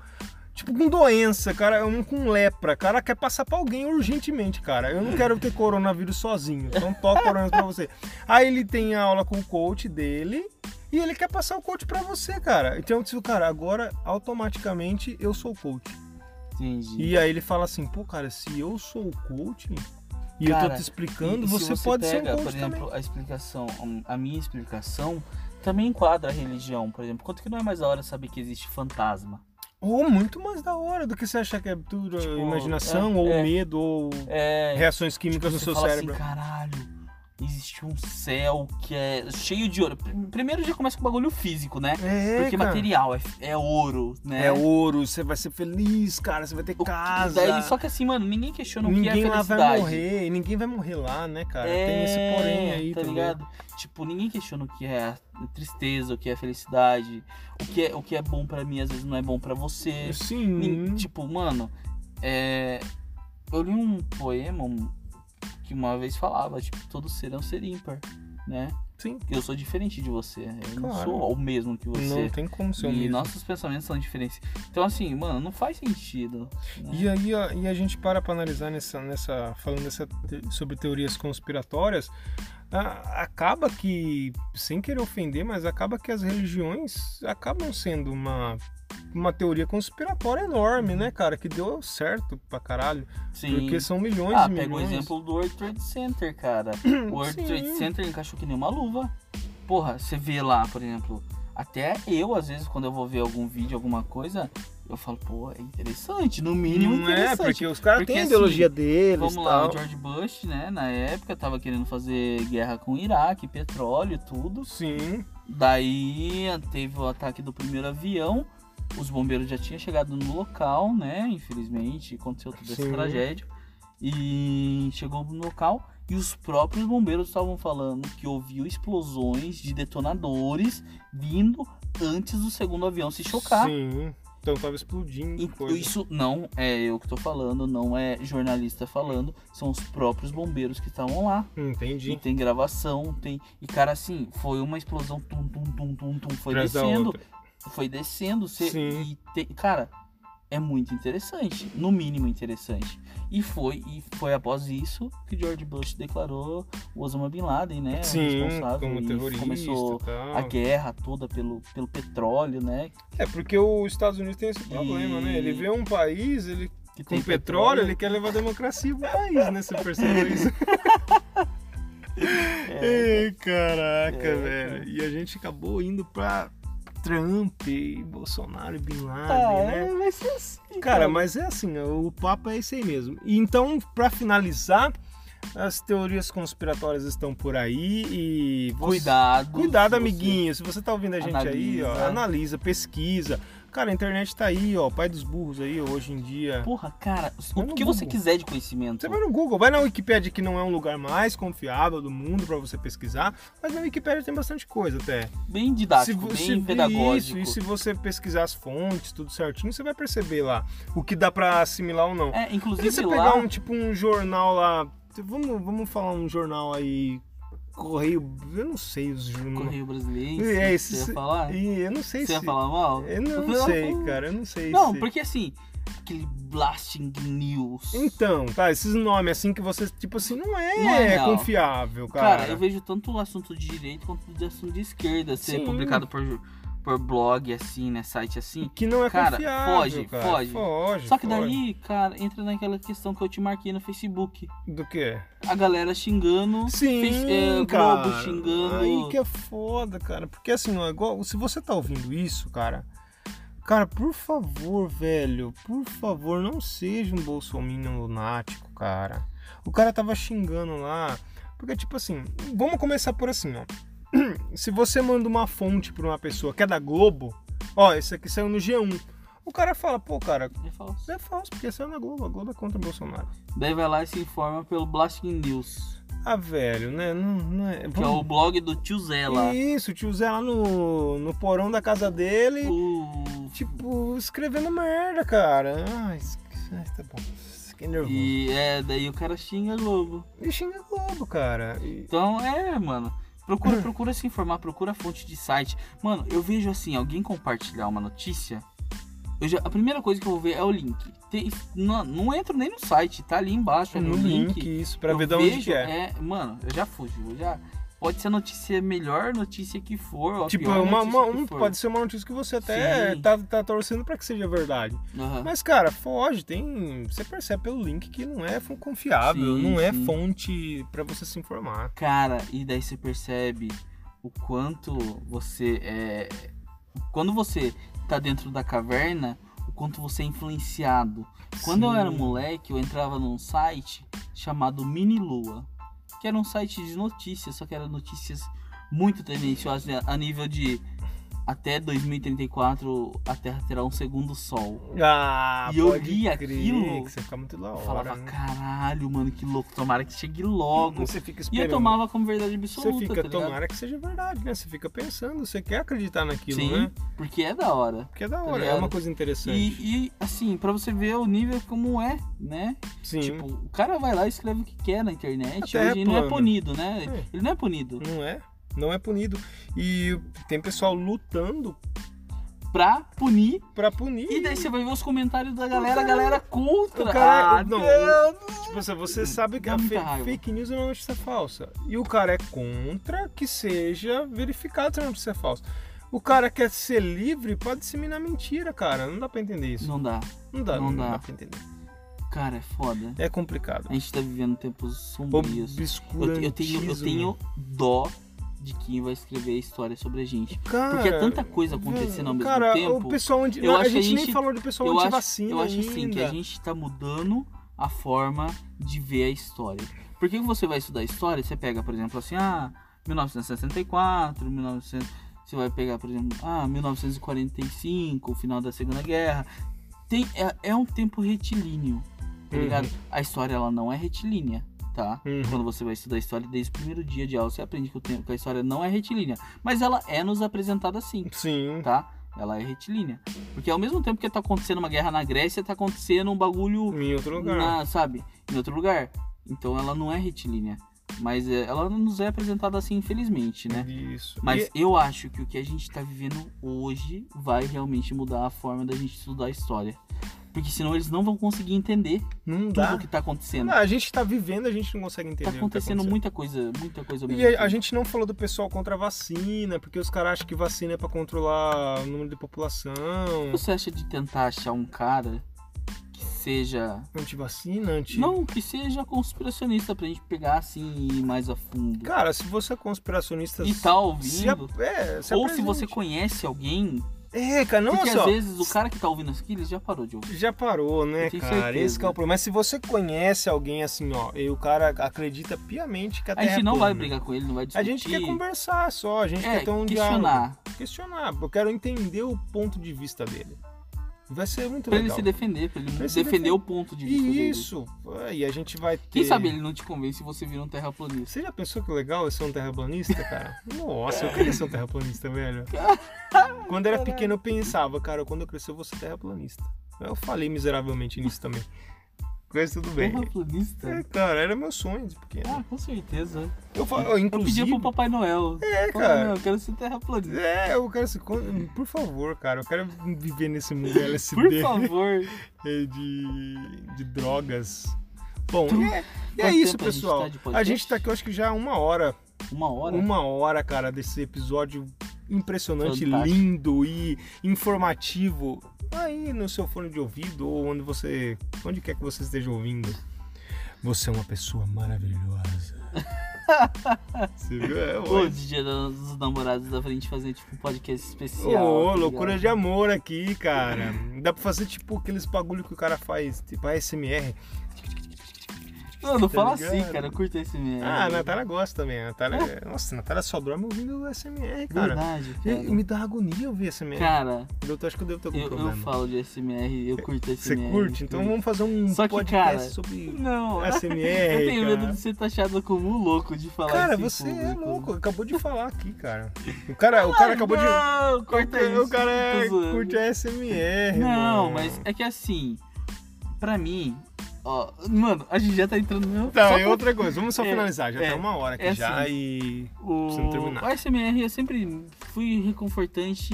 S1: Tipo, com doença, cara, um com lepra. O cara quer passar pra alguém urgentemente, cara. Eu não quero ter coronavírus sozinho, então toca coronavírus pra você. Aí ele tem a aula com o coach dele e ele quer passar o coach pra você, cara. Então, se o cara, agora automaticamente eu sou coach.
S2: Entendi.
S1: E aí ele fala assim, pô, cara, se eu sou o coach e eu tô
S2: Cara,
S1: te explicando,
S2: E se
S1: você, pode ser um
S2: pega,
S1: coach
S2: por exemplo,
S1: também.
S2: a explicação, um, a minha explicação também enquadra a religião, por exemplo. Quanto que não é mais a hora saber que existe fantasma?
S1: Ou muito mais da hora do que você achar que é tudo
S2: Tipo,
S1: imaginação,
S2: é,
S1: ou
S2: é.
S1: medo, ou
S2: É,
S1: reações químicas no
S2: você
S1: seu
S2: fala
S1: cérebro.
S2: assim, caralho, existe um céu que é cheio de ouro. Pr- Primeiro já começa com o bagulho físico, né?
S1: é,
S2: Porque
S1: cara.
S2: material é, é ouro, né?
S1: É ouro, você vai ser feliz, cara, você vai ter
S2: O-
S1: casa.
S2: Daí, só que assim, mano, ninguém questiona o que é
S1: ninguém lá
S2: felicidade.
S1: vai morrer, e ninguém vai morrer lá, né, cara? Tem esse porém aí,
S2: tá
S1: também.
S2: ligado? Tipo, ninguém questiona o que é a tristeza, o que é a felicidade, o que é, o que é bom pra mim às vezes não é bom pra você.
S1: Sim.
S2: Nin- Tipo, mano, é, eu li um poema um- que uma vez falava, tipo, todo ser é um ser ímpar, né?
S1: Sim.
S2: Eu sou diferente de você, eu não
S1: Claro.
S2: sou o mesmo que
S1: Não
S2: você.
S1: tem como ser o
S2: e
S1: mesmo.
S2: nossos pensamentos são diferentes. Então, assim, mano, não faz sentido. né?
S1: E aí a, e a gente para para analisar nessa, nessa falando nessa te- sobre teorias conspiratórias, a- acaba que sem querer ofender, mas acaba que as religiões acabam sendo uma uma teoria conspiratória enorme, né, cara? Que deu certo pra caralho.
S2: Sim.
S1: Porque são milhões
S2: Ah,
S1: e
S2: pega o
S1: milhões.
S2: exemplo do World Trade Center, cara. O World
S1: Sim.
S2: Trade Center encaixou que nem uma luva. Porra, você vê lá, por exemplo, até eu, às vezes, quando eu vou ver algum vídeo, alguma coisa, eu falo, pô, é interessante, no mínimo
S1: Não é,
S2: interessante.
S1: porque os caras
S2: Porque, assim,
S1: têm a ideologia deles.
S2: Vamos lá,
S1: tal.
S2: o George Bush, né, na época, tava querendo fazer guerra com o Iraque, petróleo, tudo.
S1: Sim,
S2: Daí teve o ataque do primeiro avião. Os bombeiros já tinham chegado no local, né? Infelizmente, aconteceu toda essa
S1: Sim.
S2: tragédia. E chegou no local e os próprios bombeiros estavam falando que ouviu explosões de detonadores vindo antes do segundo avião se chocar.
S1: Sim. Então tava explodindo
S2: E
S1: coisa.
S2: Isso não é eu que tô falando, não é jornalista falando, são os próprios bombeiros que estavam lá. E
S1: Entendi.
S2: tem gravação, tem. E cara, assim, foi uma explosão, tum, tum, tum, tum, tum, foi
S1: Atrás da
S2: descendo
S1: outra.
S2: foi descendo. Cê,
S1: Sim.
S2: E te- cara, é muito interessante. No mínimo interessante. E foi, e foi após isso que George Bush declarou o Osama Bin Laden, né? o
S1: Sim,
S2: responsável,
S1: como
S2: e
S1: terrorista.
S2: Começou
S1: tal.
S2: a guerra toda pelo, pelo petróleo, né?
S1: É, porque os Estados Unidos tem esse problema, né? Ele vê um país, ele
S2: Que
S1: com petróleo, ele quer levar a democracia pro país, né? Você percebeu isso?
S2: É,
S1: Ei, caraca,
S2: É,
S1: velho. E a gente acabou indo pra Trump e Bolsonaro e Bin Laden,
S2: Ah,
S1: né?
S2: é, vai ser assim.
S1: Cara, mas é assim, o papo é esse aí mesmo. E Então, pra finalizar, as teorias conspiratórias estão por aí e você-
S2: Cuidado.
S1: Cuidado,
S2: se você-
S1: amiguinho. Se você tá ouvindo a gente aí, ó,
S2: Analisa.
S1: analisa, pesquisa. Cara, a internet tá aí, ó, pai dos burros aí hoje em dia.
S2: Porra, cara,
S1: Vai no
S2: o que você
S1: Google.
S2: quiser de conhecimento.
S1: é Você é vai no Google, vai na Wikipédia, que não é um lugar mais confiável do mundo pra você pesquisar, mas na Wikipédia tem bastante coisa até.
S2: Bem
S1: Se
S2: didático,
S1: vo-
S2: Tá bem
S1: se- Isso,
S2: pedagógico.
S1: e se você pesquisar as fontes, tudo certinho, você vai perceber lá o que dá pra assimilar ou não.
S2: É,
S1: Se você
S2: inclusive
S1: pegar
S2: lá.
S1: um tipo um jornal lá, vamos, vamos falar um jornal aí, Correio, eu não sei os jornais.
S2: Correio Brasileiro.
S1: um É,
S2: você
S1: esse-
S2: ia falar?
S1: Ih, Eu não sei
S2: Você ia
S1: se
S2: falar mal?
S1: Eu não,
S2: Eu falei,
S1: sei,
S2: ah,
S1: cara, eu não sei.
S2: Não,
S1: se-
S2: porque assim, aquele Blasting News.
S1: Então, tá, esses nomes assim que você, tipo assim, não é,
S2: Não é real.
S1: confiável, cara.
S2: Cara, eu vejo tanto o assunto de direito quanto de assunto de esquerda ser
S1: Sim.
S2: publicado por, por blog, assim, né? Site assim.
S1: Que não é
S2: Cara,
S1: confiável,
S2: foge,
S1: cara.
S2: foge.
S1: Foge,
S2: Só que
S1: foge.
S2: daí, cara, entra naquela questão que eu te marquei no Facebook.
S1: Do quê?
S2: A galera xingando.
S1: Sim,
S2: fez- é, Globo
S1: cara.
S2: xingando.
S1: Aí que é foda, cara. Porque assim, ó, igual, se você tá ouvindo isso, cara... Cara, por favor, velho, por favor, não seja um bolsominion lunático, cara. O cara tava xingando lá. Porque, tipo assim, vamos começar por assim, ó. Se você manda uma fonte pra uma pessoa que é da Globo, ó, esse aqui saiu no G1. O cara fala, pô, cara,
S2: É falso.
S1: isso é falso, porque saiu na Globo, a Globo é contra o Bolsonaro.
S2: Daí vai lá e se informa pelo Blasting News,
S1: Ah, velho, né? Não, não é.
S2: que é o blog do tio Zé lá.
S1: Isso, o tio Zé lá no, no porão da casa dele,
S2: O-
S1: tipo, escrevendo merda, cara. Ai, es- ai, tá bom. Fiquei nervoso. E...
S2: E é, daí o cara xinga a Globo.
S1: xinga Globo, cara. E-
S2: Então é, mano. Procura, procura se informar, procura fonte de site. Mano, eu vejo assim, alguém compartilhar uma notícia. Eu já, a primeira coisa que eu vou ver é o link. Tem- não, não entro nem no site, tá ali embaixo, é
S1: no
S2: no
S1: um link,
S2: link.
S1: isso, pra
S2: eu
S1: ver de onde
S2: vejo,
S1: que é.
S2: Mano, eu já fujo, eu já. Pode ser a notícia melhor notícia que for. ou a
S1: Tipo,
S2: pior
S1: uma,
S2: notícia
S1: uma-
S2: que
S1: um-
S2: for.
S1: pode ser uma notícia que você até
S2: Sim. Tá.
S1: tá, tá torcendo pra que seja verdade.
S2: Aham.
S1: Mas, cara, foge, tem. Você percebe pelo link que não é fo- confiável,
S2: Sim,
S1: não é
S2: sim.
S1: fonte pra você se informar.
S2: Cara, e daí você percebe o quanto você é. Quando você tá dentro da caverna, o quanto você é influenciado. Quando eu era
S1: Sim.
S2: moleque, eu entrava num site chamado Mini Lua, que era um site de notícias, só que era notícias muito tendenciosas né, a nível de até 2034 a Terra terá um segundo sol.
S1: Ah,
S2: E eu
S1: pode
S2: li
S1: crer,
S2: aquilo,
S1: que você fica muito da
S2: Eu
S1: hora.
S2: falava,
S1: né?
S2: caralho, mano, que louco, tomara que chegue logo.
S1: Você fica
S2: E eu
S1: esperando.
S2: tomava como verdade absoluta,
S1: Você fica,
S2: tá ligado?
S1: tomara que seja verdade, né? Você fica pensando, você quer acreditar naquilo,
S2: Sim,
S1: né?
S2: porque é da hora.
S1: Porque é da hora, é
S2: ligado?
S1: uma coisa interessante.
S2: E, e, assim, pra você ver o nível como é, né?
S1: Sim.
S2: Tipo, o cara vai lá e escreve o que quer na
S1: Até
S2: internet. Hoje
S1: é
S2: ele não é
S1: plano.
S2: punido, né?
S1: É.
S2: Ele não é punido.
S1: Não é? Não é punido. E tem pessoal lutando
S2: Pra punir.
S1: pra punir.
S2: E daí você vai ver os comentários da galera, a
S1: cara-
S2: galera contra.
S1: o cara-
S2: ah,
S1: não.
S2: não.
S1: Tipo assim, você sabe que
S2: Dá
S1: a
S2: muita
S1: fe-
S2: raiva.
S1: fake news é uma notícia falsa. E o cara é contra que seja verificado se a notícia é falsa. O cara quer ser livre pra disseminar mentira, cara. Não dá pra entender isso.
S2: Não dá.
S1: Não, dá,
S2: não
S1: não dá.
S2: dá.
S1: pra entender.
S2: Cara, é foda.
S1: É complicado.
S2: A gente tá vivendo tempos sombrios. Eu,
S1: Obscurantismo.
S2: eu tenho, eu tenho dó de quem vai escrever a história sobre a gente.
S1: Cara,
S2: Porque é tanta coisa acontecendo ao mesmo
S1: cara,
S2: tempo.
S1: o pessoal anti...
S2: eu
S1: não, a,
S2: acho que
S1: gente
S2: a
S1: nem
S2: gente-
S1: falou do pessoal
S2: eu acho,
S1: antivacina
S2: eu acho
S1: ainda.
S2: assim que a gente tá mudando a forma de ver a história. Porque quando você vai estudar história, você pega, por exemplo, assim, ah, 1964, 1900, você vai pegar, por exemplo, ah, 1945, o final da Segunda Guerra. Tem, é, é um tempo retilíneo, tá
S1: Uhum.
S2: ligado? A história ela não é retilínea, tá?
S1: Uhum.
S2: Quando você vai estudar história, desde o primeiro dia de aula, você aprende que, o tempo, que a história não é retilínea. Mas ela é nos apresentada assim
S1: Sim. um
S2: tá? Ela é retilínea. Porque ao mesmo tempo que tá acontecendo uma guerra na Grécia, tá acontecendo um bagulho,
S1: Em outro lugar.
S2: na, sabe, em outro lugar. Então ela não é retilínea. Mas é, ela não nos é apresentada assim, infelizmente, né?
S1: Isso.
S2: Mas
S1: E-
S2: eu acho que o que a gente tá vivendo hoje vai realmente mudar a forma da gente estudar a história. Porque senão eles não vão conseguir entender
S1: não
S2: tudo
S1: dá.
S2: o que tá acontecendo.
S1: Não, a gente tá vivendo, a gente não consegue entender
S2: Tá
S1: o que
S2: acontecendo
S1: acontecendo.
S2: muita coisa, muita coisa ao mesmo
S1: E a, a
S2: tempo.
S1: gente não falou do pessoal contra a vacina, porque os caras acham que vacina é pra controlar o número de população.
S2: O que você acha de tentar achar um cara que seja.
S1: Antivacina, anti.
S2: Não, que seja conspiracionista pra gente pegar assim e ir mais a fundo.
S1: Cara, se você é conspiracionista.
S2: e tá ouvindo.
S1: se a- é, se
S2: ou se
S1: apresente.
S2: você conhece alguém,
S1: É, cara, não
S2: porque
S1: só.
S2: às vezes o cara que tá ouvindo isso aqui, ele já parou de ouvir.
S1: Já parou, né,
S2: Eu tenho
S1: cara?
S2: certeza.
S1: Esse que é o problema. Mas se você conhece alguém assim, ó, e o cara acredita piamente que a
S2: A
S1: Terra
S2: gente não
S1: é plana,
S2: vai brigar com ele, não vai
S1: A
S2: discutir.
S1: gente quer conversar só, a gente
S2: É,
S1: quer ter um diálogo.
S2: questionar.
S1: Questionar. Eu quero entender o ponto de vista dele. Vai ser muito
S2: Pra ele
S1: legal.
S2: se defender, pra ele
S1: Pra ele se
S2: defender o ponto de vista
S1: e
S2: dele.
S1: isso, é, e a gente vai ter.
S2: Quem sabe ele não te convence e você vira um terraplanista.
S1: Você já pensou que legal eu ser um terraplanista, cara? Nossa, eu queria ser um terraplanista, velho. Quando eu era pequeno eu pensava, cara, quando eu crescer eu vou ser terraplanista. Eu falei miseravelmente nisso também. Mas tudo bem.
S2: Terraplanista?
S1: É, cara, era meu sonho de pequeno.
S2: Ah, com certeza.
S1: Eu falo,
S2: Eu
S1: inclusive.
S2: pedia pro Papai Noel.
S1: É,
S2: Papai
S1: cara.
S2: Noel, eu quero ser terraplanista.
S1: É, eu quero se. Por favor, cara, eu quero viver nesse mundo LSD
S2: Por favor.
S1: é, de, de drogas. Bom,
S2: Tu-
S1: e é, e é
S2: Quanto
S1: isso,
S2: tempo a gente
S1: pessoal.
S2: tá de
S1: a
S2: podcast?
S1: gente tá aqui, eu acho que já há uma hora
S2: Uma hora?
S1: Uma hora, cara, desse episódio impressionante,
S2: Fantástico.
S1: lindo e informativo. Aí no seu fone de ouvido ou onde você. onde quer que você esteja ouvindo. Você é uma pessoa maravilhosa. você viu? É,
S2: Ô,
S1: ó.
S2: dia dos namorados dá pra gente fazer tipo um podcast especial.
S1: Ô,
S2: tá
S1: loucura
S2: ligado?
S1: de amor aqui, cara. Dá pra fazer tipo aqueles bagulho que o cara faz, tipo ASMR.
S2: Não, não
S1: tá
S2: fala
S1: ligado?
S2: assim, cara. Eu curto esse mesmo.
S1: Ah, a Natália gosta também. A Natália, é, nossa, a Natália só dorme ouvindo ASMR, cara.
S2: Verdade,
S1: E-
S2: cara.
S1: e me dá agonia ouvir ASMR.
S2: Cara,
S1: Eu tô- acho que eu devo ter algum
S2: eu, eu
S1: problema.
S2: falo de SMR, eu curto SMR.
S1: Você curte? Então É
S2: curto.
S1: vamos fazer um
S2: Só que,
S1: podcast
S2: cara,
S1: sobre
S2: Não,
S1: ASMR.
S2: eu tenho
S1: cara.
S2: medo de ser taxado como um louco de falar
S1: Cara,
S2: isso em
S1: você é
S2: público.
S1: louco. Acabou de falar aqui, cara. O cara, o cara acabou de...
S2: Não, corta isso.
S1: o cara é,
S2: tô zoando.
S1: curte ASMR,
S2: Não,
S1: mano.
S2: mas é que assim, pra mim, ó, mano, a gente já tá entrando no.
S1: Tá,
S2: só
S1: e
S2: pra-
S1: outra coisa. Vamos só
S2: É,
S1: finalizar. Já
S2: é,
S1: tá uma hora aqui
S2: é
S1: já
S2: assim.
S1: e...
S2: O,
S1: Preciso terminar.
S2: o SMR eu é sempre fui reconfortante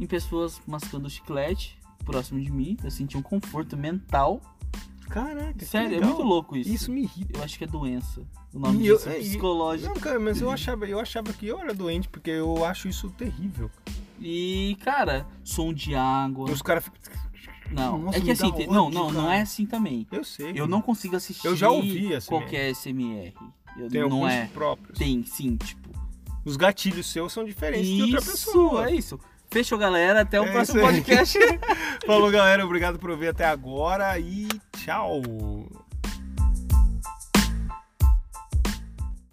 S2: em pessoas mascando chiclete próximo de mim. Eu senti um conforto mental.
S1: Caraca, que
S2: Sério, é
S1: legal.
S2: muito louco isso.
S1: Isso me irrita.
S2: Eu acho que é doença. O nome
S1: E eu-
S2: disso
S1: é,
S2: é
S1: e-
S2: psicológico.
S1: Não, cara, mas eu achava, eu achava que eu era doente, porque eu acho isso terrível.
S2: E, cara, som de água.
S1: E os caras ficam...
S2: Não,
S1: Nossa,
S2: é que
S1: me
S2: assim,
S1: dá
S2: tem-
S1: ódio,
S2: não, não, não
S1: cara.
S2: é assim também.
S1: Eu sei.
S2: Eu não consigo assistir
S1: Eu já ouvi ASMR.
S2: qualquer SMR. Eu,
S1: Tem
S2: não
S1: alguns
S2: é.
S1: próprios.
S2: Tem, sim, tipo.
S1: Os gatilhos seus são diferentes de outra
S2: Isso,
S1: pessoa.
S2: é isso. Fechou, galera. Até o
S1: É
S2: próximo
S1: isso aí.
S2: podcast.
S1: Falou, galera. Obrigado por ouvir até agora e tchau.